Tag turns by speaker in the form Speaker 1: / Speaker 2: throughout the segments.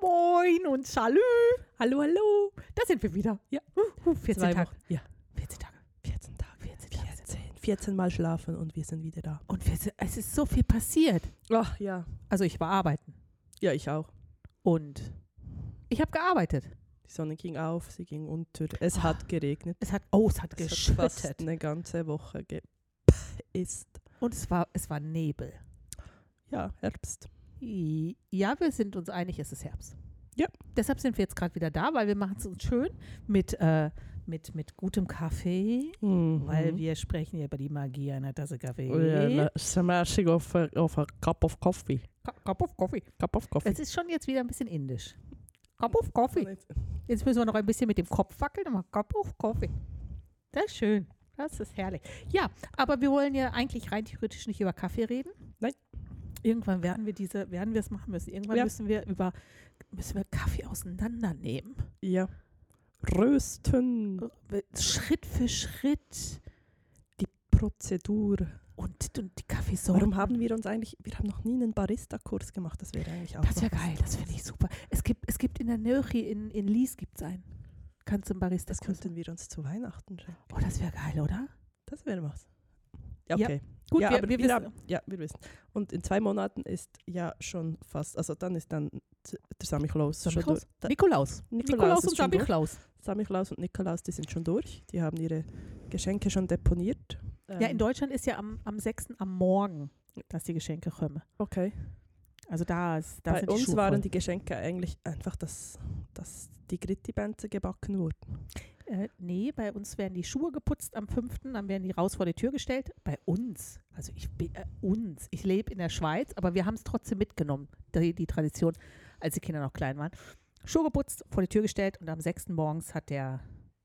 Speaker 1: Moin und Salü. Hallo, hallo. Da sind wir wieder. Ja. Uh, uh, 14
Speaker 2: Zwei
Speaker 1: Tage.
Speaker 2: Wochen. Ja.
Speaker 1: 14 Tage.
Speaker 2: 14 Tage. 14 Tage. 14. 14 Mal schlafen und wir sind wieder da.
Speaker 1: Und wir sind, es ist so viel passiert.
Speaker 2: Ach Ah, ja.
Speaker 1: Also ich war arbeiten
Speaker 2: Ja, ich auch.
Speaker 1: und ich habe gearbeitet.
Speaker 2: Die Sonne ging auf, sie ging unter. Es hat geregnet.
Speaker 1: Es hat, oh, es hat
Speaker 2: Es hat fast
Speaker 1: geschüttet.
Speaker 2: eine ganze Woche ge ist.
Speaker 1: und es war, es war Nebel.
Speaker 2: Ja, Herbst.
Speaker 1: I- Ja, wir sind uns einig, es ist Herbst.
Speaker 2: Ja.
Speaker 1: Deshalb sind wir jetzt gerade wieder da, weil wir machen es uns schön mit, äh, mit, mit gutem Kaffee, weil
Speaker 2: Mhm.
Speaker 1: wir sprechen ja über die Magie einer Tasse Kaffee.
Speaker 2: Oh smashing auf a, auf a cup of coffee.
Speaker 1: Ka- Cup of Coffee.
Speaker 2: Cup of coffee.
Speaker 1: Es ist schon jetzt wieder ein bisschen indisch. Cup of Coffee. Jetzt müssen wir noch ein bisschen mit dem Kopf wackeln, aber Cup of Coffee. Das ist schön. Das ist herrlich. Ja, aber wir wollen ja eigentlich rein theoretisch nicht über Kaffee reden.
Speaker 2: Nein.
Speaker 1: Irgendwann werden wir diese, werden wir es machen müssen. Irgendwann
Speaker 2: Ja.
Speaker 1: müssen wir über, müssen wir Kaffee auseinandernehmen.
Speaker 2: Ja. Rösten.
Speaker 1: Schritt für Schritt
Speaker 2: Prozedur.
Speaker 1: und, und die Kaffeesorten.
Speaker 2: Warum haben wir uns eigentlich, wir haben noch nie einen Barista-Kurs gemacht. Das wäre eigentlich auch
Speaker 1: Das
Speaker 2: noch
Speaker 1: wäre
Speaker 2: was.
Speaker 1: geil, das finde ich super. Es gibt, es gibt in der Nöchi, in, in Lies gibt es einen. Kannst du einen Barista
Speaker 2: Das könnten wir uns zu Weihnachten schenken.
Speaker 1: Oh, das wäre geil, oder?
Speaker 2: Das wäre was. Ja,
Speaker 1: Ja.
Speaker 2: okay.
Speaker 1: Gut,
Speaker 2: ja,
Speaker 1: wir,
Speaker 2: aber
Speaker 1: wir wissen.
Speaker 2: haben, ja, wir wissen. Und in zwei Monaten ist ja schon fast, also dann ist dann z- der Samichlaus schon
Speaker 1: Samichlaus?
Speaker 2: durch. Da,
Speaker 1: Nikolaus. Nikolaus
Speaker 2: Nikolaus
Speaker 1: und
Speaker 2: ist schon durch.
Speaker 1: Samichlaus.
Speaker 2: Samichlaus und Nikolaus, die sind schon durch. Die haben ihre Geschenke schon deponiert.
Speaker 1: Ja, in
Speaker 2: Ähm,
Speaker 1: Deutschland ist ja am, am 6. am Morgen, dass die Geschenke kommen.
Speaker 2: Okay.
Speaker 1: Also da, ist, da
Speaker 2: Bei
Speaker 1: sind die
Speaker 2: uns
Speaker 1: Schuhe
Speaker 2: waren
Speaker 1: voll.
Speaker 2: die Geschenke eigentlich einfach, dass, dass die Gritti-Benze gebacken wurden.
Speaker 1: Äh, nee, bei uns werden die Schuhe geputzt am 5., dann werden die raus vor die Tür gestellt. Bei uns. Also ich bin, äh, uns. Ich lebe in der Schweiz, aber wir haben es trotzdem mitgenommen, die, die Tradition, als die Kinder noch klein waren. Schuhe geputzt, vor die Tür gestellt und am 6. morgens hat der,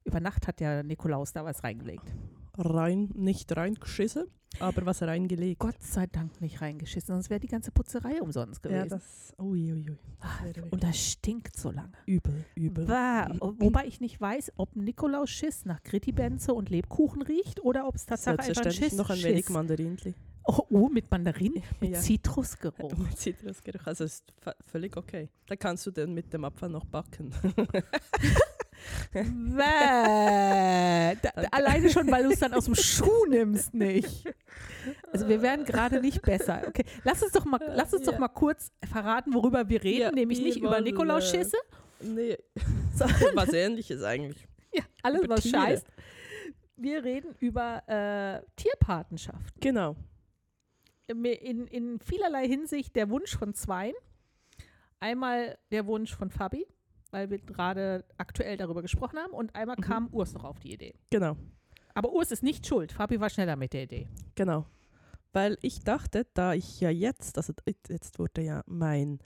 Speaker 1: über Nacht hat der Nikolaus da was reingelegt.
Speaker 2: Rein, nicht reingeschissen, aber was reingelegt.
Speaker 1: Gott sei Dank nicht reingeschissen, sonst wäre die ganze Putzerei umsonst
Speaker 2: ja,
Speaker 1: gewesen.
Speaker 2: das, ui, ui, ui.
Speaker 1: Ah,
Speaker 2: wäre wirklich-
Speaker 1: und das stinkt so lange.
Speaker 2: Übel, übel.
Speaker 1: Bah, wobei ich nicht weiß, ob ein Nikolaus-Schiss nach Grittibenze und Lebkuchen riecht oder ob es tatsächlich einfach ein
Speaker 2: Selbstverständlich
Speaker 1: Schiss
Speaker 2: noch ein wenig
Speaker 1: Schiss.
Speaker 2: Mandarinli.
Speaker 1: Oh, oh, mit Mandarinen, mit
Speaker 2: Ja.
Speaker 1: Zitrusgeruch.
Speaker 2: Mit Zitrusgeruch. Also ist v- völlig okay. Da kannst du den mit dem Apfel noch backen.
Speaker 1: Bäh. da, da, alleine schon, weil du es dann aus dem Schuh nimmst, nicht. Also wir werden gerade nicht besser. Okay, lass uns doch mal, lass uns
Speaker 2: Ja.
Speaker 1: doch mal kurz verraten, worüber wir reden,
Speaker 2: Ja,
Speaker 1: nämlich nicht
Speaker 2: wir
Speaker 1: über
Speaker 2: wollen,
Speaker 1: Nikolaus-Schisse,
Speaker 2: Nee. was ähnliches eigentlich.
Speaker 1: ja, alles
Speaker 2: über
Speaker 1: was
Speaker 2: Tiere.
Speaker 1: scheißt. Wir reden über äh, Tierpatenschaften.
Speaker 2: Genau.
Speaker 1: mir in, in vielerlei Hinsicht der Wunsch von zweien. Einmal der Wunsch von Fabi, weil wir gerade aktuell darüber gesprochen haben. Und einmal kam Urs noch auf die Idee.
Speaker 2: Genau.
Speaker 1: Aber Urs ist nicht schuld. Fabi war schneller mit der Idee.
Speaker 2: Genau. Weil ich dachte, da ich ja jetzt, also it- jetzt wurde ja mein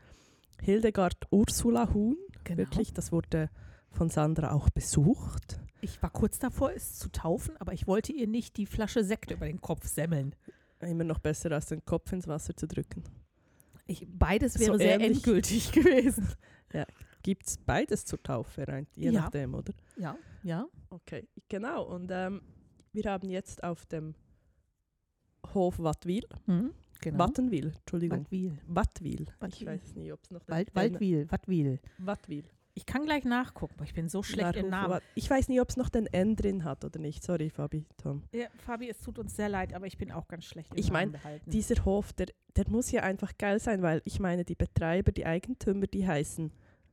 Speaker 2: Hildegard Ursula Huhn,
Speaker 1: Genau.
Speaker 2: wirklich, das wurde von Sandra auch besucht.
Speaker 1: Ich war kurz davor, es zu taufen, aber ich wollte ihr nicht die Flasche Sekt über den Kopf semmeln.
Speaker 2: Immer noch besser, als den Kopf ins Wasser zu drücken.
Speaker 1: Ich, beides
Speaker 2: So
Speaker 1: wäre sehr
Speaker 2: ähnlich.
Speaker 1: endgültig gewesen.
Speaker 2: Gibt es beides zur Taufe, rein, je
Speaker 1: Ja.
Speaker 2: nachdem, oder?
Speaker 1: Ja, ja.
Speaker 2: Okay, genau. Und ähm, wir haben jetzt auf dem Hof Wattwil,
Speaker 1: Mhm, genau.
Speaker 2: Wattenwil, Entschuldigung,
Speaker 1: Wattwil.
Speaker 2: Wattwil. Ich
Speaker 1: Wattwil.
Speaker 2: weiß es nie, ob es noch den
Speaker 1: Wald,
Speaker 2: Elmer-
Speaker 1: Waldwil. Wattwil.
Speaker 2: Wattwil.
Speaker 1: Ich kann gleich nachgucken, weil ich bin so schlecht im
Speaker 2: Nachruf-
Speaker 1: Namen.
Speaker 2: Watt- Ich weiß nie, ob es noch den N drin hat oder nicht. Sorry, Fabi, Tom.
Speaker 1: Ja, Fabi, es tut uns sehr leid, aber ich bin auch ganz schlecht. im
Speaker 2: Ich mein,
Speaker 1: Namen behalten.
Speaker 2: Dieser Hof, der, der muss ja einfach geil sein, weil ich meine, die Betreiber, die Eigentümer, die heißen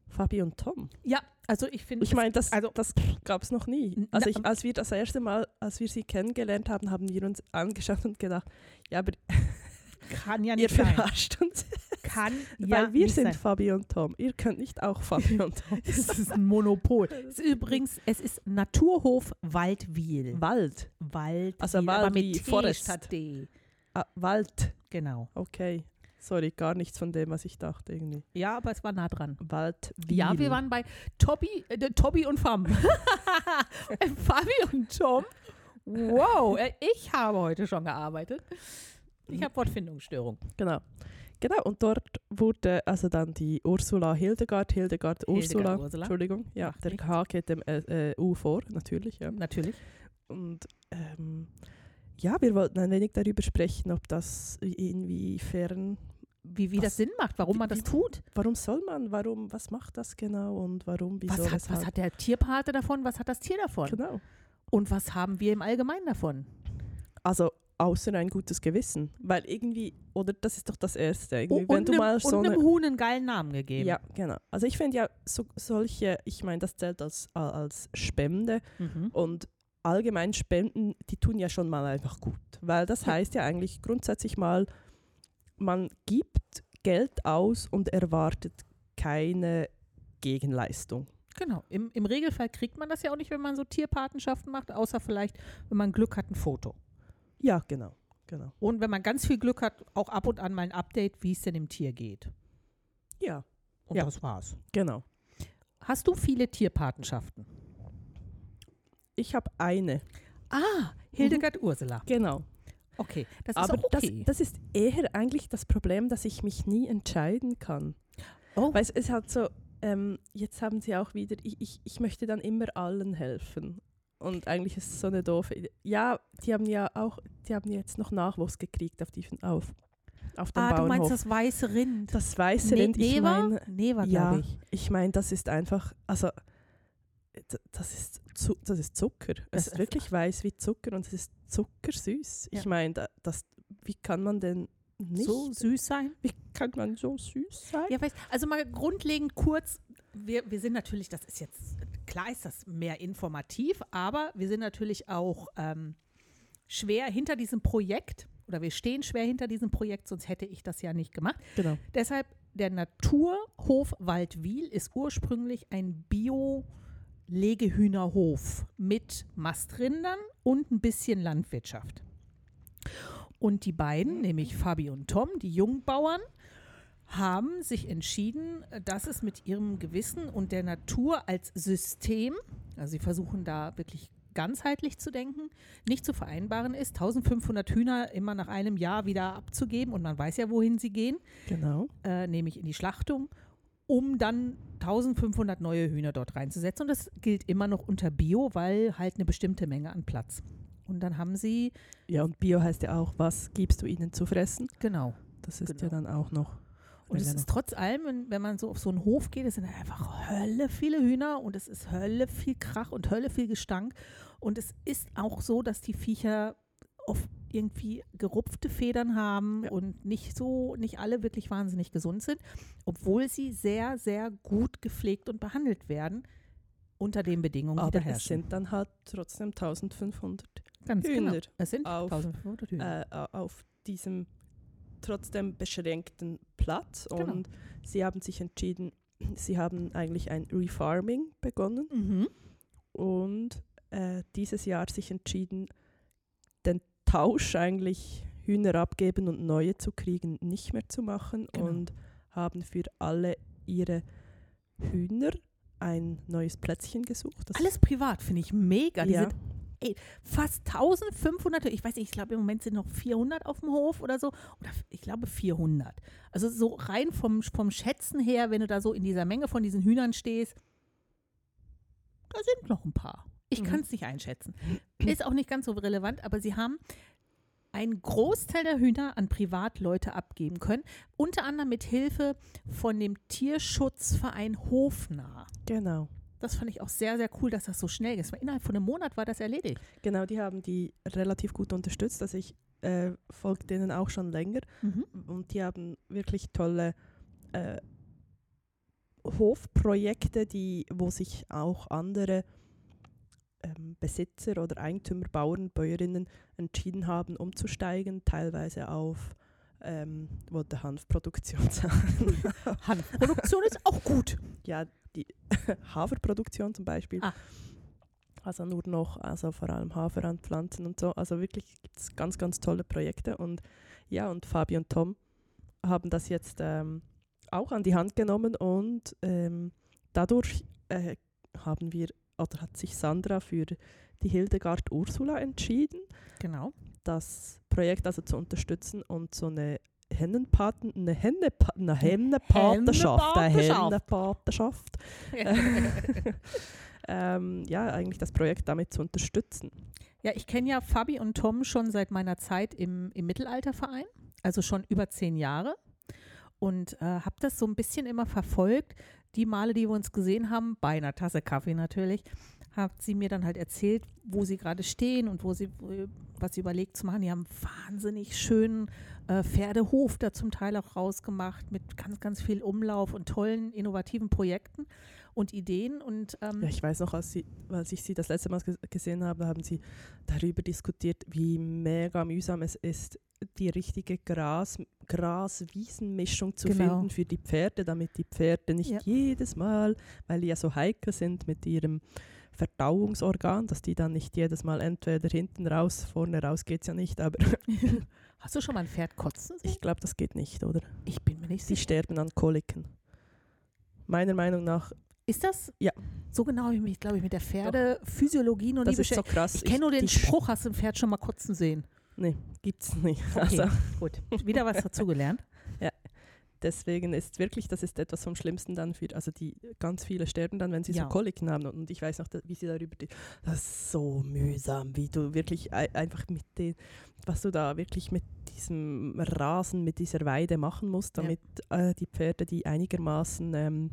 Speaker 2: Fabi und Tom.
Speaker 1: Ja, also ich finde.
Speaker 2: Ich meine, das,
Speaker 1: also-
Speaker 2: das gab es noch nie.
Speaker 1: N-
Speaker 2: Also
Speaker 1: na, ähm
Speaker 2: ich, als wir das erste Mal, als wir sie kennengelernt haben, haben wir uns angeschaut und gedacht, ja, aber
Speaker 1: es kann ja
Speaker 2: ihr
Speaker 1: nicht sein.
Speaker 2: verarscht uns
Speaker 1: Kann ja
Speaker 2: Weil wir
Speaker 1: nicht
Speaker 2: sind
Speaker 1: sein.
Speaker 2: Fabi und Tom. Ihr könnt nicht auch Fabi und Tom.
Speaker 1: Es ist ein Monopol. Es ist übrigens, es ist Naturhof Waldwil.
Speaker 2: Wald.
Speaker 1: Wald,
Speaker 2: Also
Speaker 1: aber
Speaker 2: Wald wie
Speaker 1: mit T
Speaker 2: Forest.
Speaker 1: statt D.
Speaker 2: Ah, Wald.
Speaker 1: Genau.
Speaker 2: Okay. Sorry, gar nichts von dem, was ich dachte irgendwie.
Speaker 1: Ja, aber es war nah dran.
Speaker 2: Wald.
Speaker 1: Ja, wir waren bei Tobi, äh, Tobi und Fam. Äh, Fabi und Tom. Wow, äh, ich habe heute schon gearbeitet. Ich habe Wortfindungsstörung.
Speaker 2: Genau. Genau, und dort wurde also dann die Ursula Hildegard, Hildegard, Ursula,
Speaker 1: Ursula.
Speaker 2: Entschuldigung, ja,
Speaker 1: Macht
Speaker 2: der
Speaker 1: nichts.
Speaker 2: K geht dem äh, äh, U vor, natürlich, ja.
Speaker 1: Natürlich.
Speaker 2: Und ähm, ja, wir wollten ein wenig darüber sprechen, ob das inwiefern
Speaker 1: wie, wie das
Speaker 2: Was-
Speaker 1: Sinn macht, warum
Speaker 2: wie-
Speaker 1: man das
Speaker 2: wie-
Speaker 1: tut.
Speaker 2: Warum soll man? Warum? Was macht das genau? Und warum? Wieso?
Speaker 1: Was hat, was
Speaker 2: weshalb?
Speaker 1: hat der Tierpate davon? Was hat das Tier davon?
Speaker 2: Genau.
Speaker 1: Und was haben wir im Allgemeinen davon?
Speaker 2: Also außer ein gutes Gewissen, weil irgendwie oder das ist doch das Erste.
Speaker 1: Oh,
Speaker 2: Irgendwie,
Speaker 1: und
Speaker 2: wenn du
Speaker 1: nem-
Speaker 2: mal
Speaker 1: und
Speaker 2: so
Speaker 1: einem
Speaker 2: eine
Speaker 1: Huhn einen geilen Namen gegeben.
Speaker 2: ja, genau. Also ich finde ja so, solche, ich meine, das zählt als, als Spende
Speaker 1: Mhm.
Speaker 2: und allgemein Spenden, die tun ja schon mal einfach gut, weil das heißt ja eigentlich grundsätzlich mal, man gibt Geld aus und erwartet keine Gegenleistung.
Speaker 1: Genau. Im, Im Regelfall kriegt man das ja auch nicht, wenn man so Tierpatenschaften macht, außer vielleicht, wenn man Glück hat, ein Foto.
Speaker 2: Ja, genau, genau.
Speaker 1: Und wenn man ganz viel Glück hat, auch ab und an mal ein Update, wie es denn dem Tier geht.
Speaker 2: Ja,
Speaker 1: Und
Speaker 2: Ja.
Speaker 1: das war's.
Speaker 2: genau.
Speaker 1: Hast du viele Tierpatenschaften?
Speaker 2: Ich habe eine.
Speaker 1: Ah, Hildegard Ursula.
Speaker 2: Genau.
Speaker 1: Okay, das
Speaker 2: Aber
Speaker 1: ist auch okay.
Speaker 2: das, das ist eher eigentlich das Problem, dass ich mich nie entscheiden kann.
Speaker 1: Oh.
Speaker 2: Weil es ist halt so, ähm, jetzt haben sie auch wieder, ich, ich, ich möchte dann immer allen helfen. Und eigentlich ist es so eine doofe Idee. Ja, die haben ja auch, die haben jetzt noch Nachwuchs gekriegt auf, die, auf, auf dem
Speaker 1: ah, du
Speaker 2: Bauernhof.
Speaker 1: meinst das weiße Rind.
Speaker 2: das weiße
Speaker 1: Ne-
Speaker 2: Rind, ich
Speaker 1: Neva?
Speaker 2: meine,
Speaker 1: Neva,
Speaker 2: ja,
Speaker 1: glaube ich.
Speaker 2: ich meine, das ist einfach, also äh, d- das ist, Zu- das ist Zucker.
Speaker 1: Das
Speaker 2: Es ist
Speaker 1: ist-
Speaker 2: wirklich weiß wie Zucker und es ist zuckersüß.
Speaker 1: Ja.
Speaker 2: Ich meine, da- das, wie kann man denn nicht,
Speaker 1: So süß sein.
Speaker 2: wie kann man so süß sein?
Speaker 1: Ja, weißt, also mal grundlegend kurz, wir, wir sind natürlich, das ist jetzt, klar ist das mehr informativ, aber wir sind natürlich auch ähm, schwer hinter diesem Projekt oder wir stehen schwer hinter diesem Projekt, sonst hätte ich das ja nicht gemacht.
Speaker 2: Genau.
Speaker 1: Deshalb, der Naturhof Waldwil ist ursprünglich ein Bio-Legehühnerhof mit Mastrindern und ein bisschen Landwirtschaft. Und die beiden, nämlich Fabi und Tom, die Jungbauern, haben sich entschieden, dass es mit ihrem Gewissen und der Natur als System, also sie versuchen da wirklich ganzheitlich zu denken, nicht zu vereinbaren ist, 1500 Hühner immer nach einem Jahr wieder abzugeben und man weiß ja, wohin sie gehen
Speaker 2: genau.
Speaker 1: äh, nämlich in die Schlachtung, um dann 1500 neue Hühner dort reinzusetzen. Und das gilt immer noch unter Bio, weil halt eine bestimmte Menge an Platz. Und dann haben sie,
Speaker 2: Ja, und Bio heißt ja auch, was gibst du ihnen zu fressen?
Speaker 1: genau.
Speaker 2: Das ist ja
Speaker 1: Genau.
Speaker 2: dann auch noch.
Speaker 1: Und es
Speaker 2: Ja,
Speaker 1: ist trotz allem, wenn, wenn man so auf so einen Hof geht, es sind einfach Hölle viele Hühner und es ist Hölle viel Krach und Hölle viel Gestank. Und es ist auch so, dass die Viecher oft irgendwie gerupfte Federn haben
Speaker 2: Ja.
Speaker 1: und nicht so, nicht alle wirklich wahnsinnig gesund sind, obwohl sie sehr, sehr gut gepflegt und behandelt werden unter den Bedingungen, die da
Speaker 2: aber es
Speaker 1: herrschen.
Speaker 2: sind dann halt trotzdem 1500
Speaker 1: Ganz genau.
Speaker 2: Hühner
Speaker 1: Es sind
Speaker 2: auf,
Speaker 1: 1500 Hühner.
Speaker 2: äh, au- auf diesem trotzdem beschränkten Platz.
Speaker 1: Genau.
Speaker 2: Und sie haben sich entschieden, sie haben eigentlich ein Refarming begonnen
Speaker 1: Mhm.
Speaker 2: und äh, dieses Jahr sich entschieden, den Tausch eigentlich Hühner abgeben und neue zu kriegen, nicht mehr zu machen
Speaker 1: Genau.
Speaker 2: und haben für alle ihre Hühner ein neues Plätzchen gesucht. Das-
Speaker 1: Alles privat, finde ich mega. Die
Speaker 2: ja,
Speaker 1: sind fast 1500, ich weiß nicht, ich glaube im Moment sind noch 400 auf dem Hof oder so, oder ich glaube 400. Also so rein vom, vom Schätzen her, wenn du da so in dieser Menge von diesen Hühnern stehst, da sind noch ein paar. Ich
Speaker 2: Mhm.
Speaker 1: kann es nicht einschätzen. Ist auch nicht ganz so relevant, aber sie haben einen Großteil der Hühner an Privatleute abgeben können, unter anderem mit Hilfe von dem Tierschutzverein Hofnah.
Speaker 2: genau.
Speaker 1: Das fand ich auch sehr, sehr cool, dass das so schnell ist. Weil innerhalb von einem Monat war das erledigt.
Speaker 2: Genau, die haben die relativ gut unterstützt. Also ich äh, folge denen auch schon länger und die haben wirklich tolle äh, Hofprojekte, die, wo sich auch andere ähm, Besitzer oder Eigentümer, Bauern, Bäuerinnen entschieden haben, umzusteigen, teilweise auf ähm, wo der Hanfproduktion
Speaker 1: Hanfproduktion ist auch gut.
Speaker 2: ja, die Haferproduktion zum Beispiel.
Speaker 1: Ah.
Speaker 2: Also nur noch, also vor allem Hafer anpflanzen und so. Also wirklich gibt es ganz, ganz tolle Projekte. Und ja, und Fabi und Tom haben das jetzt ähm, auch an die Hand genommen und ähm, dadurch äh, haben wir, oder hat sich Sandra für die Hildegard Ursula entschieden,
Speaker 1: Genau.
Speaker 2: das Projekt also zu unterstützen und so eine Hennenpaten, eine, Hennepa eine Hennepatenschaft, eine
Speaker 1: Hennepatenschaft.
Speaker 2: Hennepatenschaft ähm, ja, eigentlich das Projekt damit zu unterstützen.
Speaker 1: ja, ich kenne ja Fabi und Tom schon seit meiner Zeit im, im Mittelalterverein, also schon über zehn Jahre. und äh, habe das so ein bisschen immer verfolgt. Die Male, die wir uns gesehen haben, bei einer Tasse Kaffee natürlich, hat sie mir dann halt erzählt, wo sie gerade stehen und wo sie, wo- was sie überlegt zu machen. Die haben einen wahnsinnig schönen äh, Pferdehof da zum Teil auch rausgemacht mit ganz, ganz viel Umlauf und tollen, innovativen Projekten und Ideen. Und ähm,
Speaker 2: Ja, ich weiß noch, als, sie, als ich sie das letzte Mal ges- gesehen habe, haben sie darüber diskutiert, wie mega mühsam es ist, die richtige Gras, Gras-Wiesen-Mischung zu
Speaker 1: Genau.
Speaker 2: finden für die Pferde, damit die Pferde nicht
Speaker 1: Ja.
Speaker 2: jedes Mal, weil die ja so heikel sind mit ihrem Verdauungsorgan, dass die dann nicht jedes Mal entweder hinten raus, vorne raus geht es ja nicht,
Speaker 1: Mhm.
Speaker 2: aber
Speaker 1: hast du schon mal ein Pferd kotzen? sehen?
Speaker 2: ich glaube, das geht nicht, oder?
Speaker 1: ich bin mir nicht
Speaker 2: Sie sterben an Koliken. Meiner Meinung nach,
Speaker 1: Ist das?
Speaker 2: Ja.
Speaker 1: So genau habe ich mich, glaube ich, mit der Pferdephysiologie noch nie
Speaker 2: das ist so
Speaker 1: beschäftigt.
Speaker 2: krass.
Speaker 1: ich kenne nur den
Speaker 2: die Sch-
Speaker 1: Spruch, hast du ein Pferd schon mal kotzen sehen?
Speaker 2: Nee, gibt's nicht.
Speaker 1: Okay.
Speaker 2: Also,
Speaker 1: Gut, wieder was dazugelernt.
Speaker 2: Deswegen ist wirklich, das ist etwas vom Schlimmsten dann für, also die ganz viele sterben dann, wenn sie
Speaker 1: Ja.
Speaker 2: so Koliken haben. Und ich weiß noch, da- wie sie darüber, die, das ist so mühsam, wie du wirklich ei- einfach mit den, was du da wirklich mit diesem Rasen, mit dieser Weide machen musst,
Speaker 1: Ja.
Speaker 2: damit äh, die Pferde, die einigermaßen, ähm,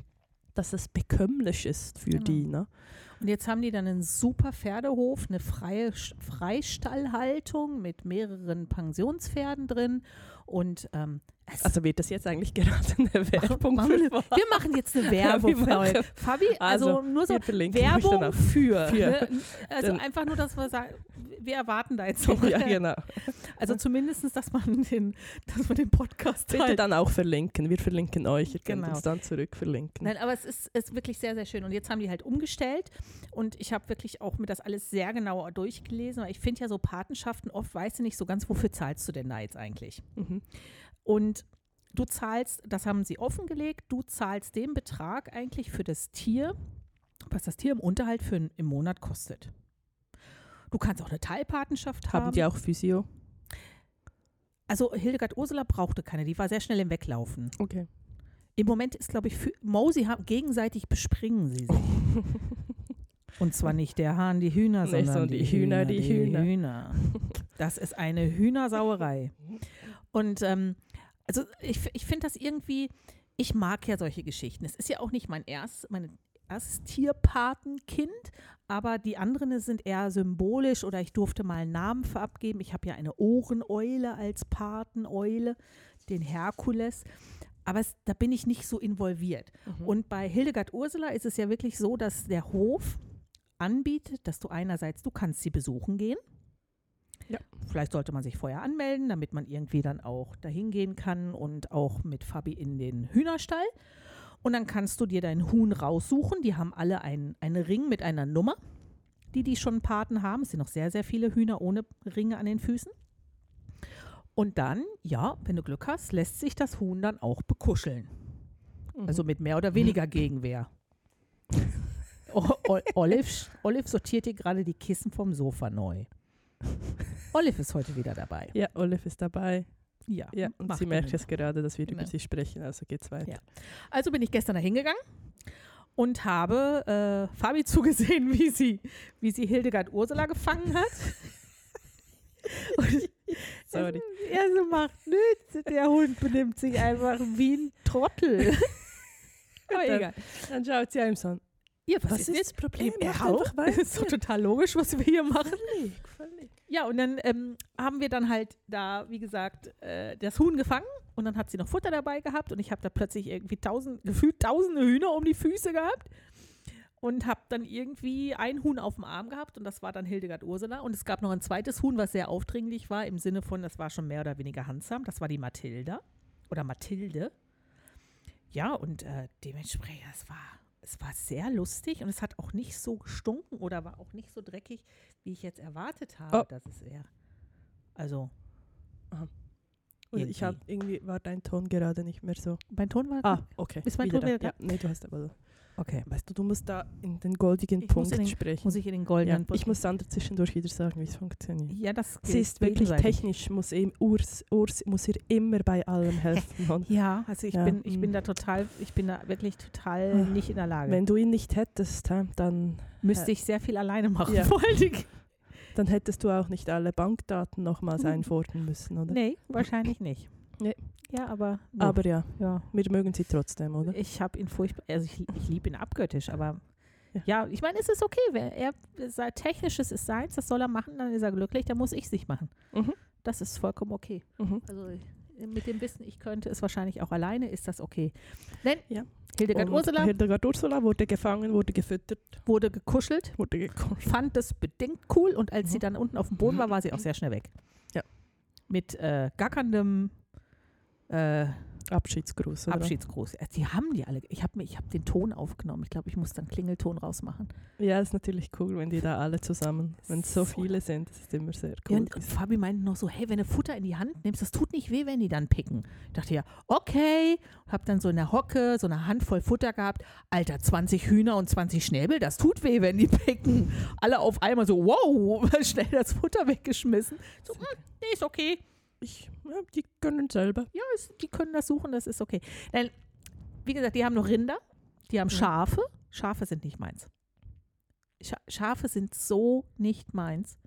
Speaker 2: dass es bekömmlich ist für
Speaker 1: Genau.
Speaker 2: die. Ne?
Speaker 1: Und jetzt haben die dann einen super Pferdehof, eine freie Sch- Freistallhaltung mit mehreren Pensionspferden drin. Und ähm, es
Speaker 2: Also wird das jetzt eigentlich gerade eine Werbung
Speaker 1: machen
Speaker 2: für
Speaker 1: wir machen jetzt eine Werbung.
Speaker 2: wir machen-
Speaker 1: Fabi. Fabi, also, nur
Speaker 2: Also,
Speaker 1: genau so
Speaker 2: Wir verlinken euch dann
Speaker 1: Werbung
Speaker 2: auch.
Speaker 1: für.
Speaker 2: Für.
Speaker 1: Ne? Also
Speaker 2: Dann-
Speaker 1: einfach nur, dass wir sagen, wir erwarten da jetzt noch.
Speaker 2: Ja, genau.
Speaker 1: Also zumindest, dass man den, dass man den Podcast halt
Speaker 2: Bitte
Speaker 1: teilt.
Speaker 2: dann auch verlinken. Wir verlinken euch. Ihr könnt
Speaker 1: Genau.
Speaker 2: uns dann zurück verlinken.
Speaker 1: Nein, aber es ist, ist wirklich sehr, sehr schön. Und jetzt haben die halt umgestellt. Und ich habe wirklich auch mir das alles sehr genau durchgelesen. Weil ich finde ja so Patenschaften, oft weißt du nicht so ganz, wofür zahlst du denn da jetzt eigentlich?
Speaker 2: Mhm.
Speaker 1: Und du zahlst, das haben sie offengelegt, du zahlst den Betrag eigentlich für das Tier, was das Tier im Unterhalt für einen, im Monat kostet. Du kannst auch eine Teilpatenschaft haben.
Speaker 2: Haben die auch Physio?
Speaker 1: also Hildegard Ursula brauchte keine, die war sehr schnell im Weglaufen.
Speaker 2: Okay.
Speaker 1: Im Moment ist, glaube ich, für Mosi haben, gegenseitig bespringen sie sich. Und zwar nicht der Hahn, die Hühner,
Speaker 2: Nee,
Speaker 1: sondern
Speaker 2: sondern
Speaker 1: die,
Speaker 2: die Hühner, die Hühner.
Speaker 1: Hühner. Das ist eine Hühnersauerei. Und ähm, also ich, f- ich finde das irgendwie, ich mag ja solche Geschichten. Es ist ja auch nicht mein erstes, mein erstes Tierpatenkind, aber die anderen sind eher symbolisch oder ich durfte mal einen Namen verabgeben. Ich habe ja eine Ohreneule als Pateneule, den Herkules. Aber es, da bin ich nicht so involviert.
Speaker 2: Und
Speaker 1: Und bei Hildegard Ursula ist es ja wirklich so, dass der Hof anbietet, dass du einerseits, du kannst sie besuchen gehen.
Speaker 2: Ja.
Speaker 1: Vielleicht sollte man sich vorher anmelden, damit man irgendwie dann auch dahin gehen kann und auch mit Fabi in den Hühnerstall. Und dann kannst du dir dein Huhn raussuchen. Die haben alle einen, einen Ring mit einer Nummer, die die schon Paten haben. Es sind noch sehr, sehr viele Hühner ohne Ringe an den Füßen. Und dann, ja, wenn du Glück hast, lässt sich das Huhn dann auch bekuscheln.
Speaker 2: Mhm.
Speaker 1: Also mit mehr oder weniger Gegenwehr. O- O- Olive, sch- Olive sortiert hier gerade die Kissen vom Sofa neu. Olive ist heute wieder dabei.
Speaker 2: ja, Olive ist dabei.
Speaker 1: Ja.
Speaker 2: Ja, und
Speaker 1: macht
Speaker 2: sie
Speaker 1: er
Speaker 2: merkt
Speaker 1: mit.
Speaker 2: jetzt gerade, dass wir
Speaker 1: Genau.
Speaker 2: über sie sprechen. Also geht's weiter.
Speaker 1: Ja. Also bin ich gestern da hingegangen und habe äh, Fabi zugesehen, wie sie, wie sie Hildegard Ursula gefangen hat. Und
Speaker 2: Sorry.
Speaker 1: Er so macht nichts. Der Hund benimmt sich einfach wie ein Trottel. Aber
Speaker 2: Dann-
Speaker 1: egal.
Speaker 2: Dann schaut sie einem so an.
Speaker 1: Ja, was,
Speaker 2: Was
Speaker 1: ist
Speaker 2: ist-
Speaker 1: jetzt das Problem?
Speaker 2: Er
Speaker 1: Ja,
Speaker 2: haut.
Speaker 1: auch. Das ist doch total logisch, was wir hier machen.
Speaker 2: Völlig, völlig.
Speaker 1: Ja, und dann ähm, haben wir dann halt da, wie gesagt, äh, das Huhn gefangen und dann hat sie noch Futter dabei gehabt und ich habe da plötzlich irgendwie tausend, gefühlt tausende Hühner um die Füße gehabt und habe dann irgendwie ein Huhn auf dem Arm gehabt und das war dann Hildegard Ursula und es gab noch ein zweites Huhn, was sehr aufdringlich war im Sinne von, das war schon mehr oder weniger handsam, das war die Mathilda oder Mathilde. Ja, und äh, dementsprechend, es war, es war sehr lustig und es hat auch nicht so gestunken oder war auch nicht so dreckig, wie ich jetzt erwartet habe,
Speaker 2: Oh.
Speaker 1: dass es eher. Also,
Speaker 2: Und ich habe irgendwie war dein Ton gerade nicht mehr so.
Speaker 1: mein Ton war.
Speaker 2: Ah, okay.
Speaker 1: Ist mein
Speaker 2: Wieder
Speaker 1: Ton
Speaker 2: da.
Speaker 1: wieder
Speaker 2: Ja, nee, du hast aber.
Speaker 1: okay.
Speaker 2: Weißt du, du musst da in den goldigen
Speaker 1: Ich muss
Speaker 2: Punkt
Speaker 1: in den
Speaker 2: sprechen.
Speaker 1: Muss ich in den
Speaker 2: ja,
Speaker 1: goldenen
Speaker 2: ich muss Sander zwischendurch wieder sagen, wie es funktioniert.
Speaker 1: Ja, das
Speaker 2: Sie
Speaker 1: gilt
Speaker 2: ist wirklich
Speaker 1: gegenseitig.
Speaker 2: technisch, muss ihm, Urs, Urs muss ihr immer bei allem helfen. Und
Speaker 1: Ja, also ich
Speaker 2: Ja,
Speaker 1: bin, ich
Speaker 2: mm.
Speaker 1: bin da total, ich bin da wirklich total
Speaker 2: Ah,
Speaker 1: nicht in der Lage.
Speaker 2: wenn du ihn nicht hättest, hä, dann
Speaker 1: Müsste ich sehr viel alleine machen.
Speaker 2: Ja.
Speaker 1: Vor allen Dingen. Mhm.
Speaker 2: Dann hättest du auch nicht alle Bankdaten nochmals einfordern müssen, oder?
Speaker 1: Nee, wahrscheinlich nicht.
Speaker 2: Nee.
Speaker 1: Ja, aber. nur.
Speaker 2: Aber ja,
Speaker 1: ja.
Speaker 2: wir mögen sie trotzdem, oder?
Speaker 1: Ich habe ihn furchtbar, also ich, ich liebe ihn abgöttisch, aber
Speaker 2: Ja.
Speaker 1: ja, ich meine, es ist okay. Wer, er, sein Technisches ist seins, das soll er machen, dann ist er glücklich, dann muss ich es nicht machen.
Speaker 2: Mhm.
Speaker 1: Das ist vollkommen okay.
Speaker 2: Mhm.
Speaker 1: Also mit dem Wissen, ich könnte es wahrscheinlich auch alleine, ist das okay. Denn
Speaker 2: Ja.
Speaker 1: Hildegard
Speaker 2: Und
Speaker 1: Ursula
Speaker 2: Hildegard Ursula wurde gefangen, wurde gefüttert,
Speaker 1: wurde gekuschelt,
Speaker 2: wurde gekocht.
Speaker 1: fand das bedingt cool und als
Speaker 2: Mhm.
Speaker 1: sie dann unten auf dem Boden war, war sie auch sehr schnell weg.
Speaker 2: Ja.
Speaker 1: Mit äh, gackerndem äh,
Speaker 2: Abschiedsgruß, oder?
Speaker 1: Abschiedsgruß. Äh, Die haben die alle. Ich habe hab den Ton aufgenommen. Ich glaube, ich muss dann Klingelton rausmachen.
Speaker 2: Ja, ist natürlich cool, wenn die da alle zusammen, wenn
Speaker 1: So.
Speaker 2: so viele sind, das ist immer sehr
Speaker 1: Ja,
Speaker 2: cool.
Speaker 1: und, und Fabi meinte noch so, hey, wenn du Futter in die Hand nimmst, das tut nicht weh, wenn die dann picken. Ich dachte ja, okay. Hab dann so in der Hocke so eine Handvoll Futter gehabt. Alter, 20 Hühner und 20 Schnäbel, das tut weh, wenn die picken. Alle auf einmal so, wow, schnell das Futter weggeschmissen. So, "Hm, nee, ist okay.
Speaker 2: ich, ja, die können selber.
Speaker 1: Ja, ist, die können das suchen, das ist okay. Nein, wie gesagt, die haben noch Rinder, die haben
Speaker 2: Ja.
Speaker 1: Schafe. Schafe sind nicht meins. Scha Schafe sind so nicht meins.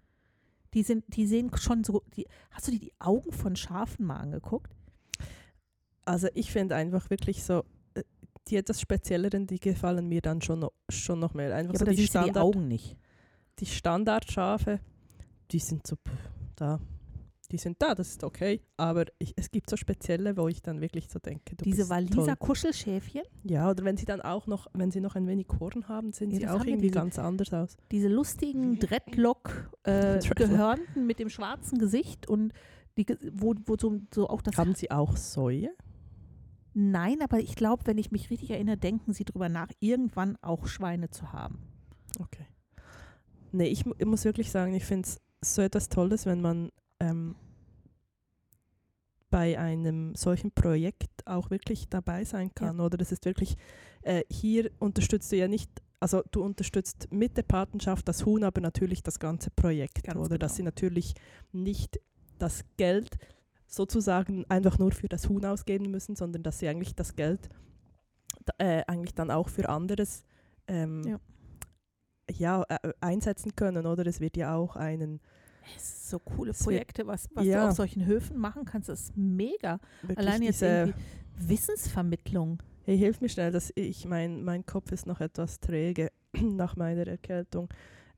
Speaker 1: Die, sind, die sehen schon so. Die, hast du dir die Augen von Schafen mal angeguckt?
Speaker 2: Also ich finde einfach wirklich so, äh, die etwas spezielleren, die gefallen mir dann schon noch, schon noch mehr. Einfach
Speaker 1: Ja,
Speaker 2: so
Speaker 1: aber da
Speaker 2: die,
Speaker 1: siehst du die
Speaker 2: Standard,
Speaker 1: Augen nicht.
Speaker 2: die Standardschafe, die sind so pff, da. Die sind da, das ist okay. Aber ich, es gibt so spezielle, wo ich dann wirklich so denke, du
Speaker 1: Diese
Speaker 2: bist toll.
Speaker 1: Waliser-Kuschelschäfchen,
Speaker 2: Ja, oder wenn sie dann auch noch, wenn sie noch ein wenig Horn haben, sehen
Speaker 1: Ja,
Speaker 2: sie
Speaker 1: das
Speaker 2: auch
Speaker 1: haben ja
Speaker 2: irgendwie
Speaker 1: diese-
Speaker 2: ganz anders aus.
Speaker 1: diese lustigen
Speaker 2: Mhm. Dreadlock.
Speaker 1: Dreadlock-Gehörnten mit dem schwarzen Gesicht und die, ge- wo, wo so, so auch das
Speaker 2: Haben sie auch Säue?
Speaker 1: Nein, aber ich glaube, wenn ich mich richtig erinnere, denken sie drüber nach, irgendwann auch Schweine zu haben.
Speaker 2: Nee, ich, mu- ich muss wirklich sagen, ich finde es so etwas Tolles, wenn man ähm, bei einem solchen Projekt auch wirklich dabei sein kann. Oder das ist wirklich, äh, hier unterstützt du ja nicht, also du unterstützt mit der Patenschaft das Huhn, aber natürlich das ganze Projekt.
Speaker 1: Ganz
Speaker 2: oder dass
Speaker 1: genau.
Speaker 2: sie natürlich nicht das Geld sozusagen einfach nur für das Huhn ausgeben müssen, sondern dass sie eigentlich das Geld d- äh, eigentlich dann auch für anderes ähm, ja. äh, einsetzen können, oder? Es wird ja auch einen
Speaker 1: Es ist so coole
Speaker 2: Es wird-
Speaker 1: Projekte, was, was
Speaker 2: Ja.
Speaker 1: du auf solchen Höfen machen kannst, das ist mega.
Speaker 2: wirklich
Speaker 1: Allein jetzt
Speaker 2: diese,
Speaker 1: irgendwie Wissensvermittlung.
Speaker 2: hey, hilf mir schnell, dass ich mein mein Kopf ist noch etwas träge nach meiner Erkältung.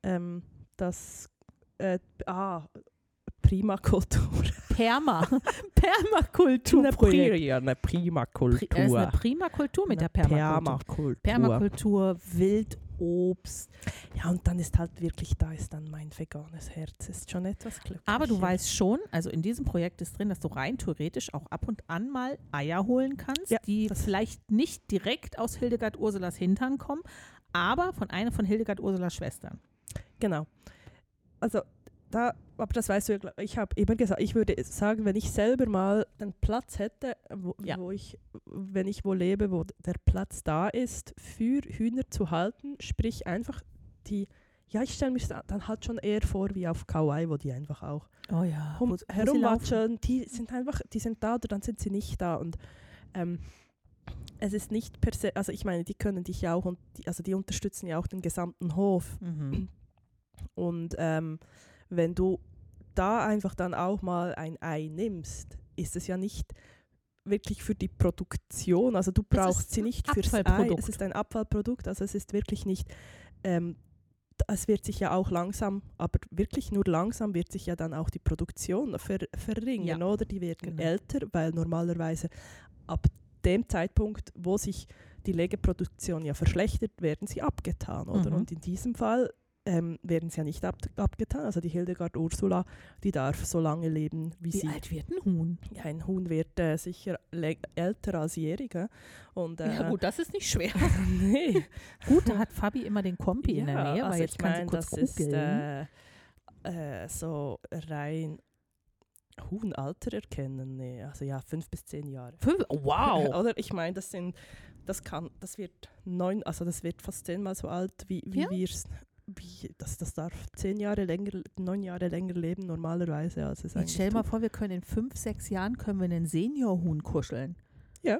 Speaker 2: Ähm, das äh, ah, Primakultur.
Speaker 1: Perma. Permakulturprojekt.
Speaker 2: eine
Speaker 1: Pri- äh, ist eine
Speaker 2: Primakultur.
Speaker 1: Primakultur mit der Permakultur. Permakultur, Wildobst.
Speaker 2: Ja, und dann ist halt wirklich, da ist dann mein veganes Herz. Ist schon etwas glücklich.
Speaker 1: Aber du weißt schon, also in diesem Projekt ist drin, dass du rein theoretisch auch ab und an mal Eier holen kannst,
Speaker 2: Ja,
Speaker 1: die
Speaker 2: das-
Speaker 1: vielleicht nicht direkt aus Hildegard Ursulas Hintern kommen, aber von einer von Hildegard Ursulas Schwestern.
Speaker 2: Genau. Also da, aber das weißt du ja, glaub- ich habe immer gesagt, ich würde sagen, wenn ich selber mal einen Platz hätte, wo,
Speaker 1: Ja.
Speaker 2: wo ich, wenn ich wo lebe, wo der Platz da ist, für Hühner zu halten, sprich einfach die, ja, ich stelle mir das dann halt schon eher vor wie auf Kauai, wo die einfach auch
Speaker 1: Oh ja.
Speaker 2: Hum- herumwatscheln, die sind einfach, die sind da oder dann sind sie nicht da. Und ähm, es ist nicht per se, also ich meine, die können dich ja auch und die, also die unterstützen ja auch den gesamten Hof.
Speaker 1: Mhm.
Speaker 2: Und ähm, wenn du da einfach dann auch mal ein Ei nimmst, ist es ja nicht wirklich für die Produktion. Also du
Speaker 1: Es
Speaker 2: brauchst
Speaker 1: ist
Speaker 2: sie
Speaker 1: ein
Speaker 2: nicht fürs Ei.
Speaker 1: Abfallprodukt.
Speaker 2: Es ist ein Abfallprodukt, also es ist wirklich nicht. Ähm, d- es wird sich ja auch langsam, aber wirklich nur langsam wird sich ja dann auch die Produktion ver verringern, oder? Die werden
Speaker 1: genau.
Speaker 2: älter, weil normalerweise ab dem Zeitpunkt, wo sich die Legeproduktion ja verschlechtert, werden sie abgetan, oder?
Speaker 1: Mhm.
Speaker 2: Und in diesem Fall ähm, werden sie ja nicht ab abgetan. Also die Hildegard Ursula, die darf so lange leben, wie
Speaker 1: Wie
Speaker 2: sie
Speaker 1: alt wird ein Huhn?
Speaker 2: ja, ein Huhn wird äh, sicher lä- älter als jährige. Und, äh,
Speaker 1: Ja gut, das ist nicht schwer.
Speaker 2: nee.
Speaker 1: gut, da hat Fabi immer den Kompi in der
Speaker 2: Ja,
Speaker 1: Nähe, weil
Speaker 2: also
Speaker 1: jetzt
Speaker 2: ich
Speaker 1: kann sie
Speaker 2: mein,
Speaker 1: kurz
Speaker 2: das ist
Speaker 1: googeln.
Speaker 2: äh, äh, so rein Huhnalter erkennen. Nee, also ja, fünf bis zehn Jahre.
Speaker 1: Fünf, oh, wow.
Speaker 2: Oder ich meine, das sind, das kann, das wird neun, also das wird fast zehnmal so alt, wie, wie
Speaker 1: Ja.
Speaker 2: wir es, wie, das, das darf zehn Jahre länger, neun Jahre länger leben normalerweise, als es
Speaker 1: Jetzt
Speaker 2: eigentlich
Speaker 1: stell mal
Speaker 2: tut.
Speaker 1: vor, wir können in fünf, sechs Jahren können wir einen Seniorhuhn kuscheln.
Speaker 2: Ja.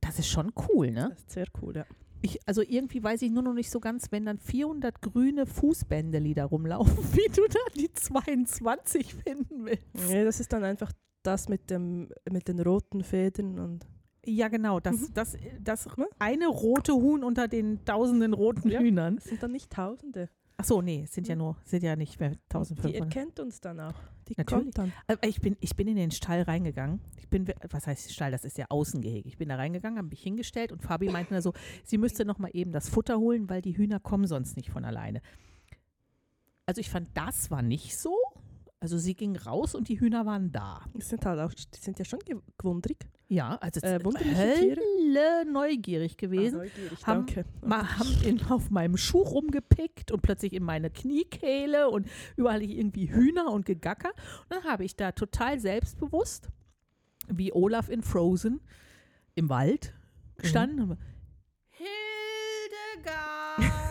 Speaker 1: Das ist schon cool, ne?
Speaker 2: Das ist sehr cool, ja.
Speaker 1: Ich, also irgendwie weiß ich nur noch nicht so ganz, wenn dann 400 grüne Fußbändeli da rumlaufen, wie du da die 22 finden willst.
Speaker 2: Nee, das ist dann einfach das mit, dem, mit den roten Fäden und
Speaker 1: Ja, genau. Das, das, das, eine rote Huhn unter den tausenden roten
Speaker 2: Ja.
Speaker 1: Hühnern. Mhm.
Speaker 2: es sind dann nicht Tausende.
Speaker 1: Ach so, nee, es sind ja nur, sind ja nicht mehr
Speaker 2: Die
Speaker 1: 1500.
Speaker 2: erkennt uns dann auch. Die
Speaker 1: Natürlich.
Speaker 2: kommt dann.
Speaker 1: Aber Äh, Ich bin, ich bin in den Stall reingegangen. Ich bin, was heißt Stall? Das ist ja Außengehege. Ich bin da reingegangen, habe mich hingestellt und Fabi meinte dann so, sie müsste noch mal eben das Futter holen, weil die Hühner kommen sonst nicht von alleine. Also ich fand, das war nicht so. Also sie ging raus und die Hühner waren da.
Speaker 2: Die sind halt auch, die sind ja schon gew- gewundrig.
Speaker 1: Ja, also
Speaker 2: Äh, wunderliche Tiere.
Speaker 1: Hölle neugierig gewesen.
Speaker 2: Ah, neugierig,
Speaker 1: haben-
Speaker 2: danke.
Speaker 1: Mal haben in, auf meinem Schuh rumgepickt und plötzlich in meine Kniekehle und überall irgendwie Hühner und Gegacker. Und dann habe ich da total selbstbewusst, wie Olaf in Frozen, im Wald gestanden. und Hildegard!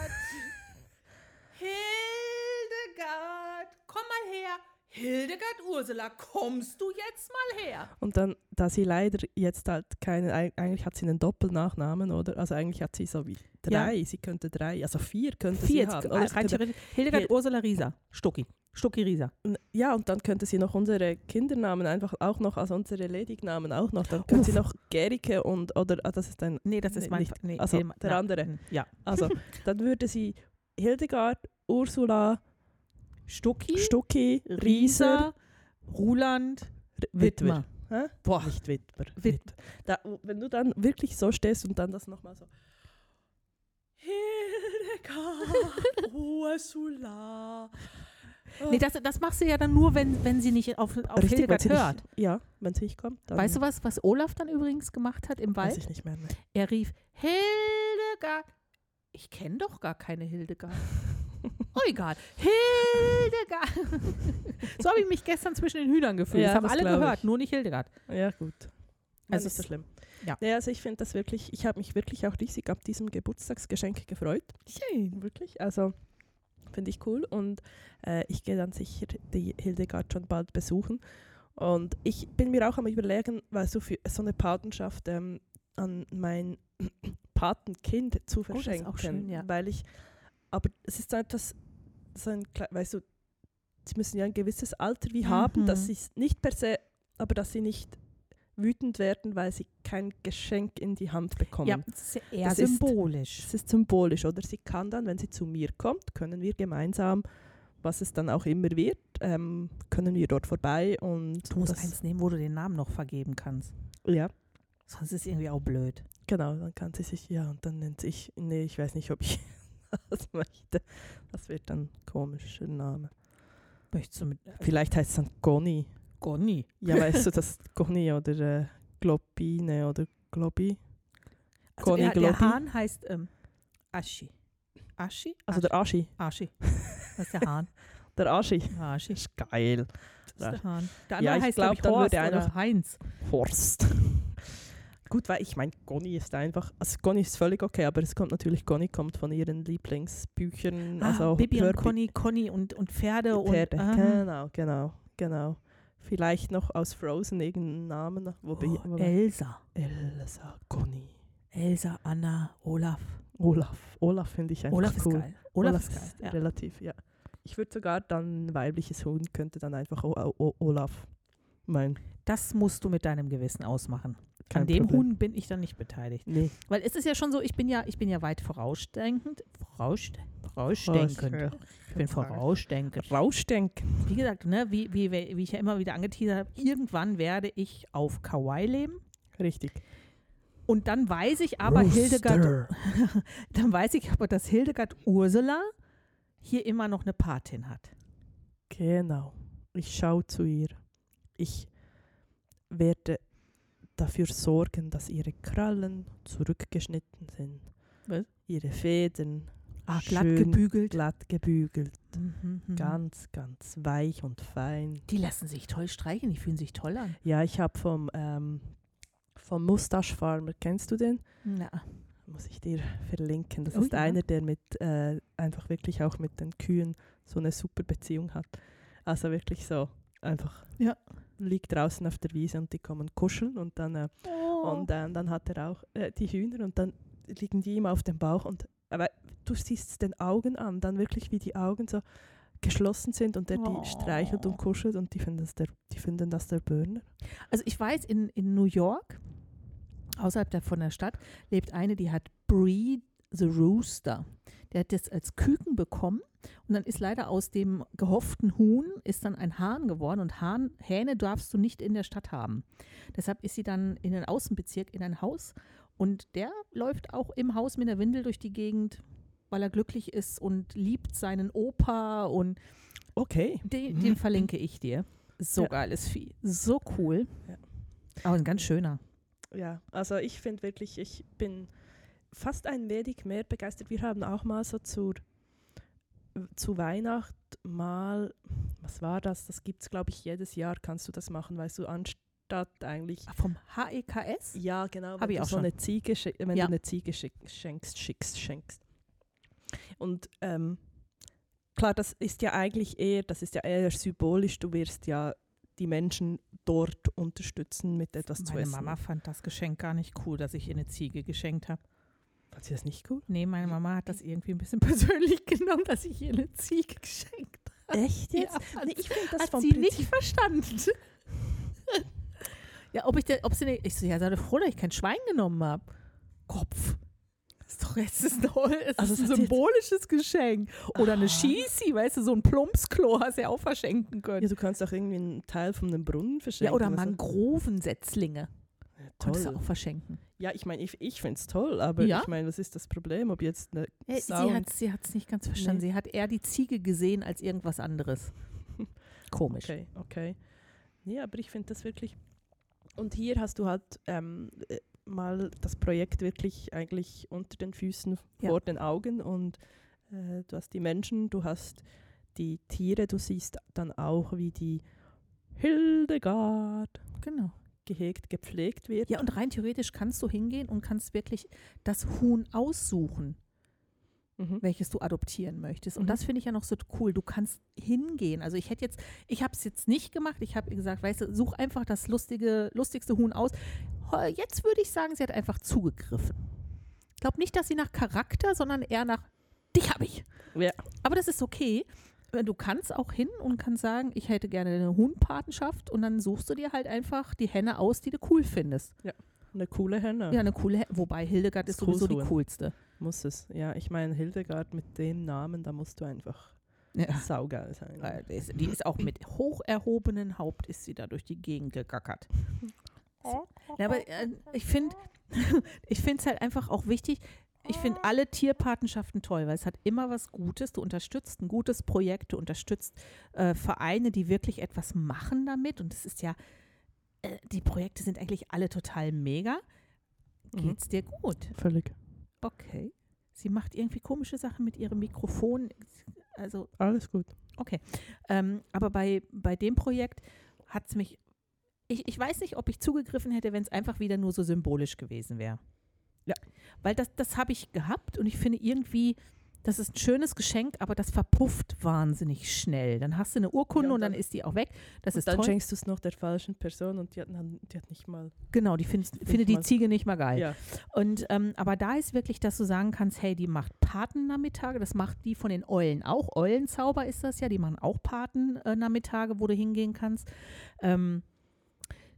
Speaker 1: Hildegard! Komm mal her! Hildegard Ursula, kommst du jetzt mal her?
Speaker 2: Und dann, da sie leider jetzt halt keinen, eig- eigentlich hat sie einen Doppelnachnamen, oder? Also eigentlich hat sie so wie drei, sie könnte drei, also vier könnte
Speaker 1: Vier
Speaker 2: sie
Speaker 1: jetzt,
Speaker 2: haben.
Speaker 1: äh,
Speaker 2: oder? Sie
Speaker 1: rein
Speaker 2: könnte-
Speaker 1: theoretisch. Hildegard
Speaker 2: Hier-
Speaker 1: Ursula Rieser, Stucki. Stucki Rieser.
Speaker 2: N- Ja, und dann könnte sie noch unsere Kindernamen einfach auch noch, also unsere Ledignamen auch noch, dann könnte sie
Speaker 1: Uff.
Speaker 2: noch Gerike und, oder, ah, das ist ein,
Speaker 1: Nee, das ist
Speaker 2: Nee,
Speaker 1: mein.
Speaker 2: nicht.
Speaker 1: Nee,
Speaker 2: Also,
Speaker 1: dem-
Speaker 2: der
Speaker 1: na,
Speaker 2: andere.
Speaker 1: mm, Ja.
Speaker 2: also dann würde sie Hildegard, Ursula,
Speaker 1: Stucki,
Speaker 2: Stucki, Rieser,
Speaker 1: Rieser, Ruland,
Speaker 2: R-
Speaker 1: Wittmer.
Speaker 2: Hä?
Speaker 1: Boah.
Speaker 2: Nicht Widmer.
Speaker 1: Wit-
Speaker 2: Wit- Da, wo- wenn du dann wirklich so stehst und dann das nochmal so. Hildegard, Ursula.
Speaker 1: Nee, das, das machst du ja dann nur, wenn, wenn sie nicht auf, auf Hildegard
Speaker 2: sie
Speaker 1: hört.
Speaker 2: Nicht, ja, wenn sie nicht kommt, dann
Speaker 1: Weißt du, was, was Olaf dann übrigens gemacht hat im
Speaker 2: weiß
Speaker 1: Wald?
Speaker 2: ich nicht mehr. Ne?
Speaker 1: Er rief, Hildegard. Ich kenne doch gar keine Hildegard. Oh, egal. Hildegard. so habe ich mich gestern zwischen den Hühnern gefühlt.
Speaker 2: Ja,
Speaker 1: das haben
Speaker 2: das
Speaker 1: alle
Speaker 2: glaub ich.
Speaker 1: gehört, nur nicht Hildegard.
Speaker 2: Ja, gut.
Speaker 1: Also
Speaker 2: Also nicht so
Speaker 1: es-
Speaker 2: schlimm.
Speaker 1: ja.
Speaker 2: Naja, also ich finde das wirklich, ich habe mich wirklich auch riesig ab diesem Geburtstagsgeschenk gefreut.
Speaker 1: Schön.
Speaker 2: Wirklich. Also finde ich cool. Und äh, ich gehe dann sicher die Hildegard schon bald besuchen. Und ich bin mir auch am überlegen, weißt du, für so eine Patenschaft ähm, an mein Patenkind zu
Speaker 1: Oh, das ist
Speaker 2: verschenken.
Speaker 1: auch schön, ja.
Speaker 2: Weil ich, aber es ist so etwas, so ein, klei- weißt du, sie müssen ja ein gewisses Alter wie haben,
Speaker 1: Mhm.
Speaker 2: dass sie es nicht per se, aber dass sie nicht wütend werden, weil sie kein Geschenk in die Hand bekommen.
Speaker 1: Ja, das ist ja eher
Speaker 2: Das ist-
Speaker 1: symbolisch.
Speaker 2: Es ist symbolisch, oder? Sie kann dann, wenn sie zu mir kommt, können wir gemeinsam, was es dann auch immer wird, ähm, können wir dort vorbei und
Speaker 1: Du musst
Speaker 2: das,
Speaker 1: eins nehmen, wo du den Namen noch vergeben kannst.
Speaker 2: ja,
Speaker 1: Sonst ist irgendwie auch blöd.
Speaker 2: genau, dann kann sie sich, ja, und dann nennt sich, nee, ich weiß nicht, ob ich das möchte. Das wird dann ein komischer Name.
Speaker 1: Möchtest du mit äh,
Speaker 2: Vielleicht heißt es dann Goni.
Speaker 1: Gonny?
Speaker 2: Ja, weißt du, das Goni oder äh, Globine oder Globi.
Speaker 1: Also
Speaker 2: Conny
Speaker 1: der, der
Speaker 2: Globby?
Speaker 1: Hahn heißt ähm, Aschi. Aschi?
Speaker 2: Also der Aschi.
Speaker 1: Aschi. Das ist der Hahn.
Speaker 2: Der Aschi.
Speaker 1: Aschi. Das
Speaker 2: Geil.
Speaker 1: ist der Hahn. Der
Speaker 2: Ja,
Speaker 1: andere
Speaker 2: ich
Speaker 1: heißt,
Speaker 2: glaub,
Speaker 1: glaube ich, Horst
Speaker 2: dann würde einer-
Speaker 1: oder Heinz.
Speaker 2: Horst. Gut, weil ich meine, Goni ist einfach, also Goni ist völlig okay, aber es kommt natürlich, Goni kommt von ihren Lieblingsbüchern,
Speaker 1: Ah,
Speaker 2: also
Speaker 1: Bibi und
Speaker 2: Hörbi-
Speaker 1: Conny, Conny und, und Pferde und
Speaker 2: Pferde.
Speaker 1: ah,
Speaker 2: Genau, genau, genau. Vielleicht noch aus Frozen irgendeinen Namen, wo Bi-
Speaker 1: oh,
Speaker 2: wo-
Speaker 1: Elsa.
Speaker 2: Elsa, Goni,
Speaker 1: Elsa, Anna, Olaf.
Speaker 2: Olaf. Olaf finde ich einfach
Speaker 1: Olaf ist
Speaker 2: cool.
Speaker 1: geil. Olaf, ist geil. Ja.
Speaker 2: Relativ, ja. Ich würde sogar dann ein weibliches Huhn könnte dann einfach o o Olaf meinen.
Speaker 1: Das musst du mit deinem Gewissen ausmachen.
Speaker 2: Kein
Speaker 1: An dem
Speaker 2: Problem.
Speaker 1: Huhn bin ich dann nicht beteiligt.
Speaker 2: Nee.
Speaker 1: Weil es ist ja schon so, ich bin ja, ich bin ja weit vorausdenkend. Vorausd
Speaker 2: Oh,
Speaker 1: vorausdenkend. Ich bin vorausdenkend.
Speaker 2: Rausdenken.
Speaker 1: Wie gesagt, ne, wie, wie, wie ich ja immer wieder angeteasert habe, irgendwann werde ich auf Kauai leben.
Speaker 2: Richtig.
Speaker 1: Und dann weiß ich aber, Hildegard, dann weiß ich aber, dass Hildegard Ursula hier immer noch eine Patin hat.
Speaker 2: Genau. Ich schaue zu ihr. Ich werde dafür sorgen, dass ihre Krallen zurückgeschnitten sind.
Speaker 1: Was?
Speaker 2: Ihre Fäden
Speaker 1: Ah, glatt
Speaker 2: schön
Speaker 1: gebügelt.
Speaker 2: glatt gebügelt.
Speaker 1: Mhm, mhm.
Speaker 2: Ganz, ganz weich und fein.
Speaker 1: Die lassen sich toll streichen, die fühlen sich toll an.
Speaker 2: Ja, ich habe vom, ähm, vom Mustache Farmer, kennst du den?
Speaker 1: Na,
Speaker 2: Muss ich dir verlinken. Das
Speaker 1: Oh
Speaker 2: ist
Speaker 1: ja.
Speaker 2: einer, der mit äh, einfach wirklich auch mit den Kühen so eine super Beziehung hat. Also wirklich so einfach
Speaker 1: Ja.
Speaker 2: liegt draußen auf der Wiese und die kommen kuscheln und dann, äh,
Speaker 1: Oh.
Speaker 2: und, äh, dann hat er auch äh, die Hühner und dann liegen die ihm auf dem Bauch und aber du siehst es den Augen an, dann wirklich wie die Augen so geschlossen sind und der
Speaker 1: Oh.
Speaker 2: die streichelt und kuschelt und die finden das der, die finden das der Burner.
Speaker 1: Also ich weiß, in, in New York, außerhalb der, von der Stadt, lebt eine, die hat Bree the Rooster. Der hat das als Küken bekommen und dann ist leider aus dem gehofften Huhn ist dann ein Hahn geworden und Hahn, Hähne darfst du nicht in der Stadt haben. Deshalb ist sie dann in den Außenbezirk in ein Haus und der läuft auch im Haus mit einer Windel durch die Gegend, weil er glücklich ist und liebt seinen Opa und
Speaker 2: Okay.
Speaker 1: den, den verlinke ich dir. So
Speaker 2: Ja.
Speaker 1: geiles Vieh. So cool.
Speaker 2: Ja.
Speaker 1: Aber ein ganz schöner.
Speaker 2: Ja, also ich finde wirklich, ich bin fast ein wenig mehr begeistert. Wir haben auch mal so zur, zu Weihnacht mal, was war das? Das gibt es, glaube ich, jedes Jahr kannst du das machen, weißt du, anstatt eigentlich
Speaker 1: Ah, Vom HEKS?
Speaker 2: Ja, genau. Wenn
Speaker 1: Hab ich
Speaker 2: du
Speaker 1: auch
Speaker 2: so
Speaker 1: schon.
Speaker 2: eine Ziege schick, wenn
Speaker 1: Ja.
Speaker 2: du eine Ziege schick, schenkst, schickst, schenkst. Und ähm, klar, das ist ja eigentlich eher, das ist ja eher symbolisch. Du wirst ja die Menschen dort unterstützen mit etwas zu
Speaker 1: Meine
Speaker 2: essen.
Speaker 1: Mama fand das Geschenk gar nicht cool, dass ich ihr eine Ziege geschenkt habe.
Speaker 2: Fand sie das nicht cool?
Speaker 1: Nee, meine Mama hat das irgendwie ein bisschen persönlich genommen, dass ich ihr eine Ziege geschenkt habe.
Speaker 2: Echt
Speaker 1: Ja,
Speaker 2: nee, ich finde das
Speaker 1: hat
Speaker 2: vom
Speaker 1: sie
Speaker 2: Prinzip.
Speaker 1: nicht verstanden. ja, ob ich der, ob sie nicht, ich so, ja, sei doch froh, dass ich kein Schwein genommen habe. Kopf. Ist doch jetzt ist ein, Hol- es
Speaker 2: Also
Speaker 1: ist
Speaker 2: es
Speaker 1: ein
Speaker 2: hat sie jetzt-
Speaker 1: symbolisches Geschenk. Oder
Speaker 2: Ah.
Speaker 1: eine Schießi, weißt du, so ein Plumpsklo hast du ja auch verschenken
Speaker 2: Ja,
Speaker 1: können.
Speaker 2: du kannst auch irgendwie einen Teil von einem Brunnen
Speaker 1: Ja,
Speaker 2: verschenken.
Speaker 1: oder
Speaker 2: so.
Speaker 1: Mangrovensetzlinge.
Speaker 2: Ja,
Speaker 1: Konntest du
Speaker 2: Toll.
Speaker 1: auch verschenken.
Speaker 2: Ja, ich meine, ich, ich finde es toll, aber
Speaker 1: Ja.
Speaker 2: ich meine, was ist das Problem? Ob jetzt ne eine
Speaker 1: Ja,
Speaker 2: Sau
Speaker 1: Äh, sie
Speaker 2: und-
Speaker 1: hat es nicht ganz verstanden. Sie hat eher die Ziege gesehen als irgendwas anderes. Komisch.
Speaker 2: Okay, okay. Nee, aber ich finde das wirklich. Und hier hast du halt ähm, äh, mal das Projekt wirklich eigentlich unter den Füßen,
Speaker 1: Ja.
Speaker 2: vor den Augen und äh, du hast die Menschen, du hast die Tiere, du siehst dann auch, wie die Hildegard
Speaker 1: Genau.
Speaker 2: gehegt, gepflegt wird.
Speaker 1: Ja, und rein theoretisch kannst du hingehen und kannst wirklich das Huhn aussuchen,
Speaker 2: Mhm.
Speaker 1: welches du adoptieren möchtest. Und
Speaker 2: Mhm.
Speaker 1: das finde ich ja noch so cool. Du kannst hingehen. Also ich hätte jetzt, ich habe es jetzt nicht gemacht. Ich habe ihr gesagt, weißt du, such einfach das lustige, lustigste Huhn aus. Ho- Jetzt würde ich sagen, sie hat einfach zugegriffen. Ich glaube nicht, dass sie nach Charakter, sondern eher nach dich habe ich.
Speaker 2: Ja.
Speaker 1: Aber das ist okay. Äh, Du kannst auch hin und kannst sagen, ich hätte gerne eine Huhnpatenschaft und dann suchst du dir halt einfach die Henne aus, die du cool findest.
Speaker 2: Eine coole Henne.
Speaker 1: Ja, eine coole Henne. Wobei Hildegard ist
Speaker 2: Das cooles
Speaker 1: sowieso die
Speaker 2: Huhn.
Speaker 1: coolste.
Speaker 2: Muss es. Ja, ich meine, Hildegard mit dem Namen, da musst du einfach
Speaker 1: Ja.
Speaker 2: saugeil sein.
Speaker 1: Äh, die ist- Die ist auch mit hoch erhobenem Haupt ist sie da durch die Gegend gegackert. Ja, aber äh, ich finde ich es halt einfach auch wichtig. Ich finde alle Tierpatenschaften toll, weil es hat immer was Gutes. Du unterstützt ein gutes Projekt, du unterstützt äh, Vereine, die wirklich etwas machen damit. Und es ist ja, äh, die Projekte sind eigentlich alle total mega.
Speaker 2: Mhm.
Speaker 1: Geht's dir gut?
Speaker 2: Völlig.
Speaker 1: Okay. Sie macht irgendwie komische Sachen mit ihrem Mikrofon. Also
Speaker 2: Alles gut.
Speaker 1: ähm, aber bei, bei dem Projekt hat es mich. Ich, ich weiß nicht, ob ich zugegriffen hätte, wenn es einfach wieder nur so symbolisch gewesen wäre.
Speaker 2: Ja.
Speaker 1: Weil das, das habe ich gehabt und ich finde irgendwie, das ist ein schönes Geschenk, aber das verpufft wahnsinnig schnell. Dann hast du eine Urkunde
Speaker 2: Ja, und
Speaker 1: und dann,
Speaker 2: dann-
Speaker 1: ist die auch weg. Das
Speaker 2: und
Speaker 1: ist
Speaker 2: dann
Speaker 1: toll.
Speaker 2: schenkst du es noch der falschen Person und die hat, dann, die hat nicht mal.
Speaker 1: Genau, die find, finde die
Speaker 2: mal-
Speaker 1: Ziege nicht mal geil.
Speaker 2: Ja.
Speaker 1: Und ähm, aber da ist wirklich, dass du sagen kannst, hey, die macht Patennachmittage, das macht die von den Eulen auch. Eulenzauber ist das ja, die machen auch Patennachmittage, wo du hingehen kannst. Ähm,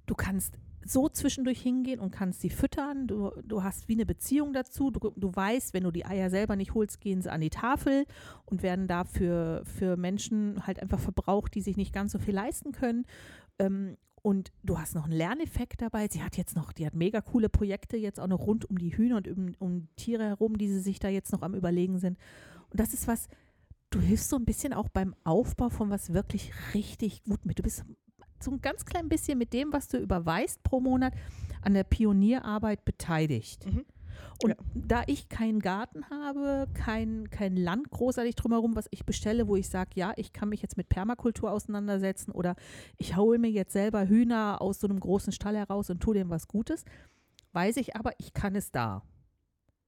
Speaker 1: du kannst so zwischendurch hingehen und kannst sie füttern. Du, du hast wie eine Beziehung dazu. Du, du weißt, wenn du die Eier selber nicht holst, gehen sie an die Tafel und werden da für, für Menschen halt einfach verbraucht, die sich nicht ganz so viel leisten können. Ähm, und du hast noch einen Lerneffekt dabei. Sie hat jetzt noch, die hat mega coole Projekte jetzt auch noch rund um die Hühner und um, um Tiere herum, die sie sich da jetzt noch am Überlegen sind. Und das ist was, du hilfst so ein bisschen auch beim Aufbau von was wirklich richtig gut mit. Du bist so ein ganz klein bisschen mit dem, was du überweist pro Monat, an der Pionierarbeit beteiligt.
Speaker 2: Mhm.
Speaker 1: Und
Speaker 2: Ja.
Speaker 1: da ich keinen Garten habe, kein, kein Land großartig drumherum, was ich bestelle, wo ich sage, ja, ich kann mich jetzt mit Permakultur auseinandersetzen oder ich hole mir jetzt selber Hühner aus so einem großen Stall heraus und tue dem was Gutes, weiß ich aber, ich kann es da.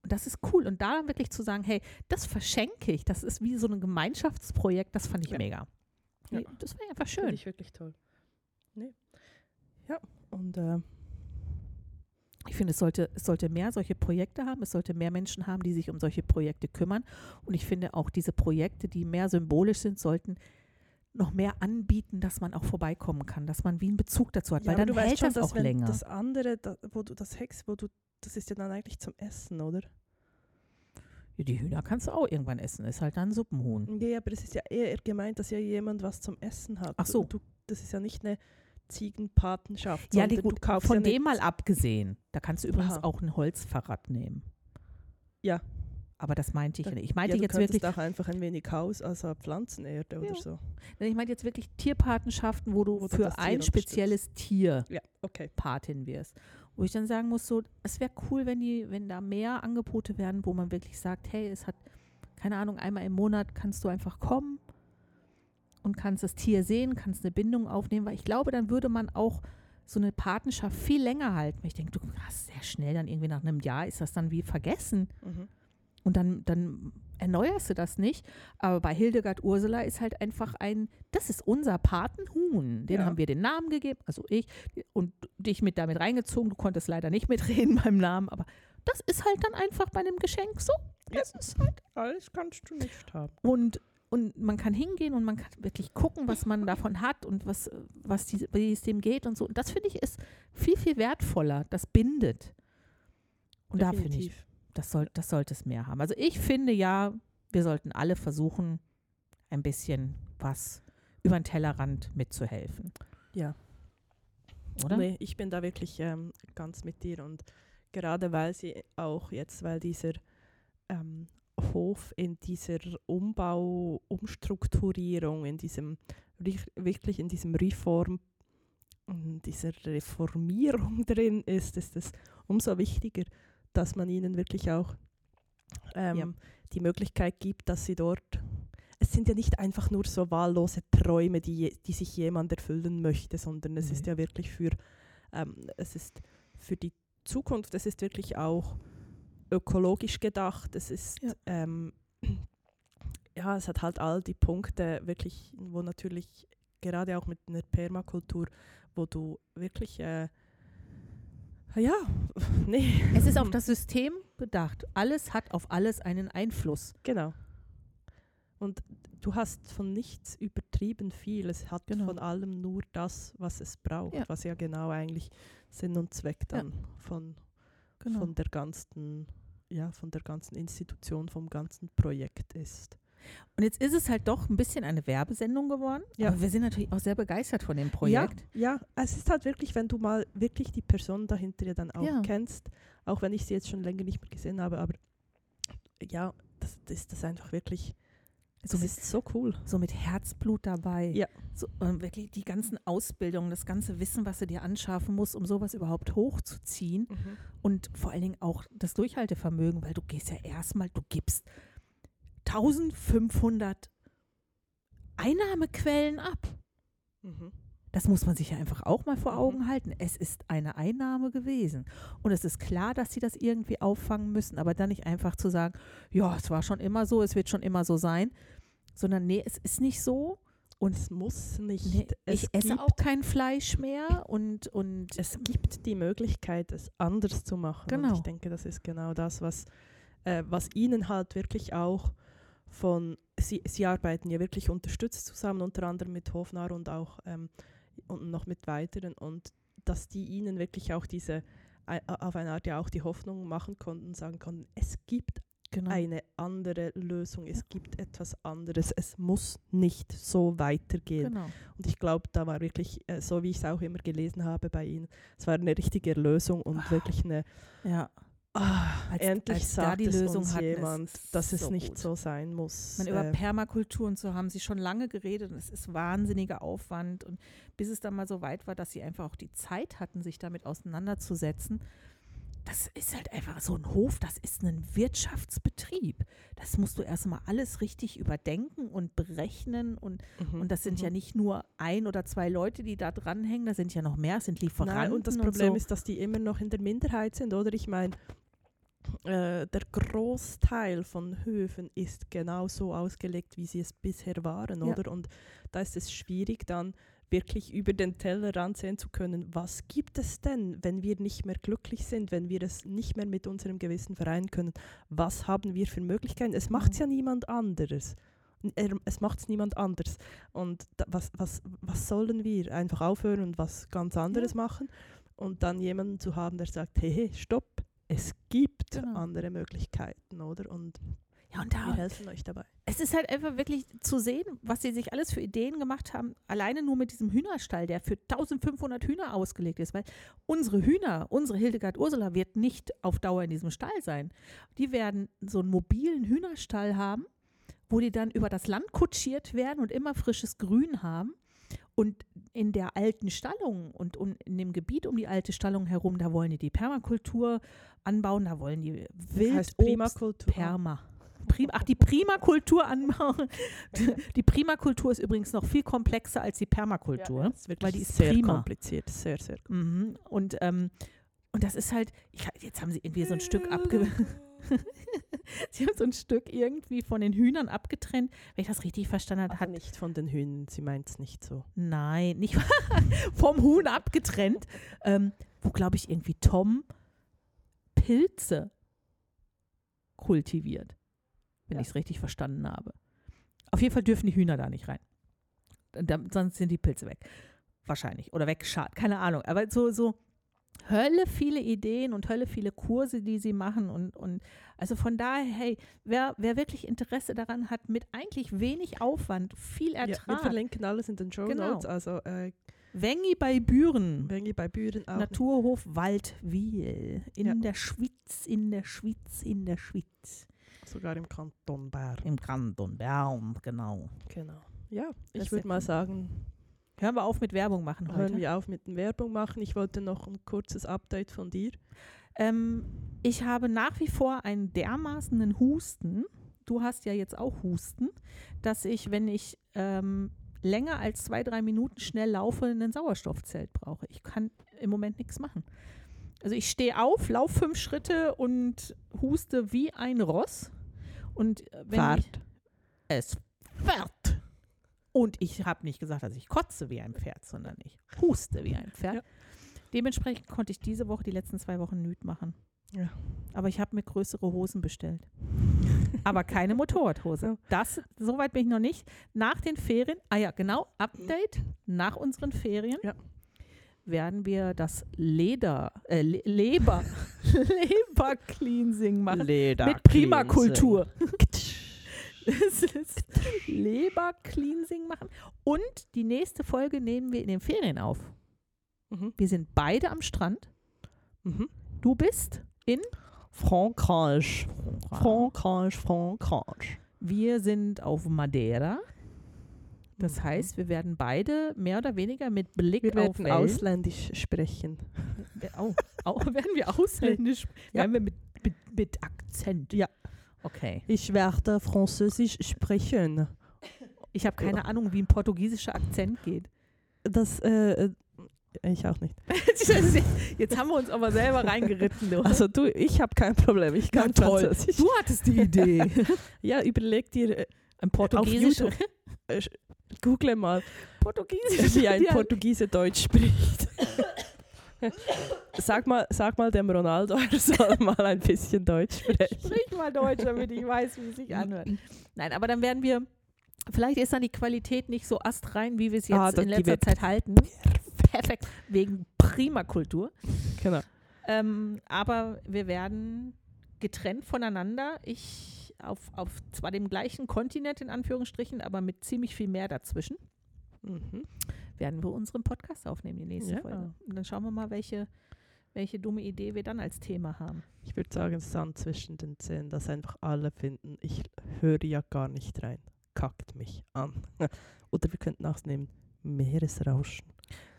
Speaker 1: Und das ist cool. Und da dann wirklich zu sagen, hey, das verschenke ich, das ist wie so ein Gemeinschaftsprojekt, das fand ich
Speaker 2: Ja.
Speaker 1: mega.
Speaker 2: Ja.
Speaker 1: Nee, Das war einfach
Speaker 2: Finde
Speaker 1: schön.
Speaker 2: ich wirklich toll. Nee. Ja, und äh,
Speaker 1: Ich finde, es sollte, es sollte mehr solche Projekte haben, es sollte mehr Menschen haben, die sich um solche Projekte kümmern. Und ich finde auch diese Projekte, die mehr symbolisch sind, sollten noch mehr anbieten, dass man auch vorbeikommen kann, dass man wie einen Bezug dazu hat,
Speaker 2: Ja,
Speaker 1: weil
Speaker 2: aber
Speaker 1: dann
Speaker 2: du weißt
Speaker 1: hält das
Speaker 2: schon, dass
Speaker 1: auch
Speaker 2: wenn
Speaker 1: länger.
Speaker 2: Das andere, da, wo du das Hex, wo du, das ist ja dann eigentlich zum Essen, oder?
Speaker 1: Ja, die Hühner kannst du auch irgendwann essen, ist halt dann ein Suppenhuhn.
Speaker 2: Ja, ja, aber es ist ja eher gemeint, dass ja jemand was zum Essen hat.
Speaker 1: Ach so.
Speaker 2: Und Du, das ist ja nicht eine Ziegenpatenschaft.
Speaker 1: Ja, die,
Speaker 2: sondern
Speaker 1: gut,
Speaker 2: du kaufst
Speaker 1: von
Speaker 2: ja
Speaker 1: dem
Speaker 2: eine-
Speaker 1: mal abgesehen, da kannst du übrigens
Speaker 2: Aha.
Speaker 1: auch ein Holzfahrrad nehmen.
Speaker 2: Ja.
Speaker 1: Aber das meinte ich
Speaker 2: Da-
Speaker 1: ja nicht. Ich
Speaker 2: ja,
Speaker 1: meinte
Speaker 2: du
Speaker 1: jetzt
Speaker 2: könntest
Speaker 1: wirklich
Speaker 2: auch einfach ein wenig Haus, also Pflanzenerde
Speaker 1: Ja.
Speaker 2: oder so.
Speaker 1: Nee, Ich meine jetzt wirklich Tierpatenschaften, wo du
Speaker 2: Wo du das
Speaker 1: für
Speaker 2: Tier
Speaker 1: ein
Speaker 2: unterstützt.
Speaker 1: spezielles Tier
Speaker 2: Ja, okay.
Speaker 1: Patin wirst. Wo ich dann sagen muss, so, es wäre cool, wenn die, wenn da mehr Angebote werden, wo man wirklich sagt, hey, es hat, keine Ahnung, einmal im Monat kannst du einfach kommen und kannst das Tier sehen, kannst eine Bindung aufnehmen, weil ich glaube, dann würde man auch so eine Patenschaft viel länger halten. Weil Ich denke, du hast sehr schnell dann irgendwie nach einem Jahr ist das dann wie vergessen.
Speaker 2: Mhm.
Speaker 1: Und dann, dann erneuerst du das nicht. Aber bei Hildegard Ursula ist halt einfach ein, das ist unser Patenhuhn. Den
Speaker 2: Ja.
Speaker 1: haben wir den Namen gegeben, also ich, und dich mit damit reingezogen. Du konntest leider nicht mitreden beim Namen, aber das ist halt dann einfach bei einem Geschenk so. Das ist halt.
Speaker 2: Alles kannst du nicht haben.
Speaker 1: Und, und man kann hingehen und man kann wirklich gucken, was man davon hat und was, äh, was die, wie es dem geht und so. Und das finde ich ist viel, viel wertvoller. Das bindet. Und da finde ich,
Speaker 2: Definitiv.
Speaker 1: das, soll, das sollte es mehr haben. Also ich finde ja, wir sollten alle versuchen, ein bisschen was über den Tellerrand mitzuhelfen.
Speaker 2: Ja.
Speaker 1: Oder?
Speaker 2: Nee, ich bin da wirklich ähm, ganz mit dir und gerade weil sie auch jetzt, weil dieser ähm, Hof in dieser Umbau, Umstrukturierung, in diesem rich- wirklich in diesem Reform, in dieser Reformierung drin ist, ist es umso wichtiger, dass man ihnen wirklich auch ähm, die Möglichkeit gibt, dass sie dort es sind ja nicht einfach nur so wahllose Träume, die, je- die sich jemand erfüllen möchte, sondern es ist
Speaker 1: Nee.
Speaker 2: ja wirklich für, ähm, es ist für die Zukunft, es ist wirklich auch ökologisch gedacht, es ist,
Speaker 1: Ja.
Speaker 2: ähm, ja, es hat halt all die Punkte wirklich, wo natürlich gerade auch mit einer Permakultur, wo du wirklich, äh, ja, nee,
Speaker 1: Es ist auf das System bedacht. Alles hat auf alles einen Einfluss.
Speaker 2: Genau. Und du hast von nichts übertrieben viel. Es hat
Speaker 1: Genau.
Speaker 2: von allem nur das, was es braucht,
Speaker 1: Ja.
Speaker 2: was ja genau eigentlich Sinn und Zweck dann von,
Speaker 1: Genau.
Speaker 2: von der ganzen, ja, von der ganzen Institution, vom ganzen Projekt ist.
Speaker 1: Und jetzt ist es halt doch ein bisschen eine Werbesendung geworden.
Speaker 2: Ja.
Speaker 1: Aber wir sind natürlich auch sehr begeistert von dem Projekt.
Speaker 2: Ja, ja, es ist halt wirklich, wenn du mal wirklich die Person dahinter ja dann auch
Speaker 1: Ja.
Speaker 2: kennst, auch wenn ich sie jetzt schon länger nicht mehr gesehen habe, aber ja, das, das ist das einfach wirklich,
Speaker 1: So
Speaker 2: das
Speaker 1: mit,
Speaker 2: ist so cool.
Speaker 1: so mit Herzblut dabei.
Speaker 2: Ja.
Speaker 1: So, ähm, wirklich die ganzen Ausbildungen, das ganze Wissen, was du dir anschaffen musst, um sowas überhaupt hochzuziehen. Und vor allen Dingen auch das Durchhaltevermögen, weil du gehst ja erstmal, du gibst 1500 Einnahmequellen ab.
Speaker 2: Mhm.
Speaker 1: Das muss man sich ja einfach auch mal vor
Speaker 2: Mhm.
Speaker 1: Augen halten. Es ist eine Einnahme gewesen. Und es ist klar, dass sie das irgendwie auffangen müssen, aber dann nicht einfach zu sagen, ja, es war schon immer so, es wird schon immer so sein, sondern nee, es ist nicht so. Und
Speaker 2: Es muss nicht.
Speaker 1: nee,
Speaker 2: es
Speaker 1: ich esse
Speaker 2: gibt,
Speaker 1: auch kein Fleisch mehr und, und
Speaker 2: Es gibt die Möglichkeit, es anders zu machen. Und
Speaker 1: Genau.
Speaker 2: ich denke, das ist genau das, was, äh, was ihnen halt wirklich auch von. Sie, sie arbeiten ja wirklich unterstützt zusammen, unter anderem mit Hofnar und auch ähm, und noch mit weiteren. Und dass die ihnen wirklich auch diese ei- auf eine Art ja auch die Hoffnung machen konnten, sagen konnten, es gibt
Speaker 1: genau.
Speaker 2: eine andere Lösung, es gibt etwas anderes, es muss nicht so weitergehen.
Speaker 1: genau.
Speaker 2: Und ich glaube, da war wirklich, äh, so wie ich es auch immer gelesen habe bei Ihnen, es war eine richtige Lösung und
Speaker 1: Ah.
Speaker 2: wirklich eine,
Speaker 1: Ja.
Speaker 2: ah,
Speaker 1: Als-
Speaker 2: endlich
Speaker 1: als da
Speaker 2: sagt
Speaker 1: die
Speaker 2: es
Speaker 1: Lösung
Speaker 2: uns
Speaker 1: hatten, es
Speaker 2: jemand,
Speaker 1: ist
Speaker 2: dass es
Speaker 1: so
Speaker 2: nicht
Speaker 1: gut.
Speaker 2: so sein muss.
Speaker 1: Man, über
Speaker 2: äh,
Speaker 1: Permakultur und so haben sie schon lange geredet und es ist wahnsinniger Aufwand. Und bis es dann mal so weit war, dass sie einfach auch die Zeit hatten, sich damit auseinanderzusetzen, das ist halt einfach so ein Hof, das ist ein Wirtschaftsbetrieb. Das musst du erstmal alles richtig überdenken und berechnen. Und,
Speaker 2: mhm,
Speaker 1: und das sind ja
Speaker 2: mhm.
Speaker 1: nicht nur ein oder zwei Leute, die da dranhängen, da sind ja noch mehr, es sind Lieferanten.
Speaker 2: Nein, und das Problem
Speaker 1: so.
Speaker 2: ist, dass die immer noch in der Minderheit sind, oder? Ich meine, äh, der Großteil von Höfen ist genau so ausgelegt, wie sie es bisher waren,
Speaker 1: Ja.
Speaker 2: oder? Und da ist es schwierig dann, wirklich über den Tellerrand sehen zu können, was gibt es denn, wenn wir nicht mehr glücklich sind, wenn wir es nicht mehr mit unserem Gewissen vereinen können, was haben wir für Möglichkeiten? Es macht es ja niemand anderes. N- er- Es macht es niemand anders. Und da, was, was, was sollen wir? Einfach aufhören und was ganz anderes machen? Und dann jemanden zu haben, der sagt, hey, hey, stopp, es gibt
Speaker 1: Genau.
Speaker 2: andere Möglichkeiten, oder? Und
Speaker 1: Ja, und da,
Speaker 2: wir helfen euch dabei.
Speaker 1: es ist halt einfach wirklich zu sehen, was sie sich alles für Ideen gemacht haben. Alleine nur mit diesem Hühnerstall, der für 1500 Hühner ausgelegt ist. Weil unsere Hühner, unsere Hildegard Ursula wird nicht auf Dauer in diesem Stall sein. Die werden so einen mobilen Hühnerstall haben, wo die dann über das Land kutschiert werden und immer frisches Grün haben. Und in der alten Stallung und um, in dem Gebiet um die alte Stallung herum, da wollen die die Permakultur anbauen, da wollen die Wild,
Speaker 2: heißt
Speaker 1: Obst,
Speaker 2: Primakultur.
Speaker 1: Perma. Prim, ach, die Primakultur anbauen. Die- Die Primakultur ist übrigens noch viel komplexer als die Permakultur.
Speaker 2: Das ist wirklich
Speaker 1: Weil die ist
Speaker 2: sehr
Speaker 1: prima.
Speaker 2: kompliziert, sehr, sehr
Speaker 1: Mhm. Und, ähm, und das ist halt, ich, jetzt haben sie irgendwie so ein
Speaker 2: Hm.
Speaker 1: Stück abge... sie haben so ein Stück irgendwie von den Hühnern abgetrennt. Wenn ich das richtig verstanden habe,
Speaker 2: Also
Speaker 1: hat
Speaker 2: nicht von den Hühnern, sie meint es nicht so.
Speaker 1: Nein, nicht vom Huhn abgetrennt. Ähm, wo, glaube ich, irgendwie Tom Pilze kultiviert. Wenn
Speaker 2: Ja.
Speaker 1: ich es richtig verstanden habe. Auf jeden Fall dürfen die Hühner da nicht rein. Und dann- sonst sind die Pilze weg. Wahrscheinlich. Oder wegschart. Keine Ahnung. Aber so, so Hölle viele Ideen und Hölle viele Kurse, die sie machen. Und, und also von daher, hey, wer, wer wirklich Interesse daran hat, mit eigentlich wenig Aufwand viel
Speaker 2: Ja, wir
Speaker 1: Ertrag.
Speaker 2: verlinken alles in den Show
Speaker 1: Genau.
Speaker 2: Notes, also äh,
Speaker 1: Wengi bei Büren.
Speaker 2: wenn ihr bei Büren auch
Speaker 1: Naturhof Waldwiel. In
Speaker 2: Ja.
Speaker 1: der Schweiz, in der Schweiz, in der Schweiz.
Speaker 2: sogar im Kanton Bern.
Speaker 1: Im Kanton Bern, genau.
Speaker 2: Genau. Ja,
Speaker 1: Das
Speaker 2: ich
Speaker 1: ist
Speaker 2: würde
Speaker 1: ja
Speaker 2: mal
Speaker 1: cool.
Speaker 2: sagen,
Speaker 1: Hören wir auf mit Werbung machen heute.
Speaker 2: hören wir auf mit den Werbung machen. Ich wollte noch ein kurzes Update von dir.
Speaker 1: Ähm, ich habe nach wie vor einen dermaßenen Husten. Du hast ja jetzt auch Husten, dass ich, wenn ich ähm, länger als zwei, drei Minuten schnell laufe, einen Sauerstoffzelt brauche. Ich kann im Moment nichts machen. Also ich stehe auf, laufe fünf Schritte und huste wie ein Ross. Und äh, wenn ich, es fährt. Und ich habe nicht gesagt, dass ich kotze wie ein Pferd, sondern ich huste wie ein Pferd.
Speaker 2: Ja.
Speaker 1: Dementsprechend konnte ich diese Woche die letzten zwei Wochen nüt machen.
Speaker 2: Ja.
Speaker 1: Aber ich habe mir größere Hosen bestellt. Aber keine Motorradhose.
Speaker 2: Ja.
Speaker 1: Das, soweit bin ich noch nicht. Nach den Ferien, ah ja, genau, Update, nach unseren Ferien
Speaker 2: Ja.
Speaker 1: werden wir das Leder, äh, Le- Leber, Leber-Cleansing machen.
Speaker 2: Leder
Speaker 1: Mit Primakultur. es ist Leber-Cleansing machen. Und die nächste Folge nehmen wir in den Ferien auf.
Speaker 2: Mhm.
Speaker 1: Wir sind beide am Strand.
Speaker 2: Mhm.
Speaker 1: Du bist in
Speaker 2: Frankreich,
Speaker 1: Fran-
Speaker 2: Frankreich, Frankreich.
Speaker 1: Wir sind auf Madeira. Das
Speaker 2: Mhm.
Speaker 1: heißt, wir werden beide mehr oder weniger mit Blick
Speaker 2: wir
Speaker 1: auf
Speaker 2: werden
Speaker 1: Wellen-
Speaker 2: ausländisch sprechen.
Speaker 1: Oh, au, werden wir ausländisch?
Speaker 2: Ja.
Speaker 1: Werden wir mit, mit, mit Akzent?
Speaker 2: Ja.
Speaker 1: Okay.
Speaker 2: Ich werde Französisch sprechen.
Speaker 1: Ich habe keine Ahnung, wie ein portugiesischer Akzent geht.
Speaker 2: Das, äh, äh, ich auch nicht.
Speaker 1: Jetzt haben wir uns aber selber reingeritten. Du,
Speaker 2: Also du, ich habe kein Problem, ich kann
Speaker 1: Ja, toll.
Speaker 2: Französisch.
Speaker 1: du hattest die Idee.
Speaker 2: Ja, überleg dir, äh,
Speaker 1: Ein portugiesischer,
Speaker 2: YouTube. äh, sch- google mal,
Speaker 1: portugiesischer
Speaker 2: wie ein
Speaker 1: Dialekt.
Speaker 2: Portugiese Deutsch spricht. Sag mal, sag mal dem Ronaldo, er soll mal ein bisschen Deutsch sprechen.
Speaker 1: Sprich mal Deutsch, damit ich weiß, wie es sich anhört. Nein, aber dann werden wir, vielleicht ist dann die Qualität nicht so astrein, wie wir es jetzt
Speaker 2: Ah, doch,
Speaker 1: in
Speaker 2: die
Speaker 1: letzter
Speaker 2: wird
Speaker 1: Zeit halten. Perfekt, wegen Primakultur.
Speaker 2: Genau.
Speaker 1: Ähm, aber wir werden getrennt voneinander, ich auf, auf zwar dem gleichen Kontinent in Anführungsstrichen, aber mit ziemlich viel mehr dazwischen,
Speaker 2: Mhm.
Speaker 1: werden wir unseren Podcast aufnehmen, die nächste
Speaker 2: Ja.
Speaker 1: Folge. Und dann schauen wir mal, welche, welche dumme Idee wir dann als Thema haben.
Speaker 2: Ich würde sagen, Sand zwischen den Zähnen, dass einfach alle finden, ich höre ja gar nicht rein. Kackt mich an. Oder wir könnten auch nehmen, Meeresrauschen.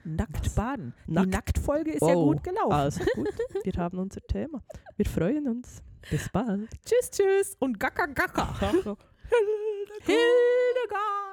Speaker 1: Nackt Ah.
Speaker 2: Was?
Speaker 1: baden.
Speaker 2: Nackt-
Speaker 1: Die Nacktfolge ist ja
Speaker 2: Wow.
Speaker 1: gut gelaufen.
Speaker 2: Also gut, wir haben unser Thema. Wir freuen uns. Bis bald.
Speaker 1: Tschüss, tschüss und gacker, gacker. Hildegard.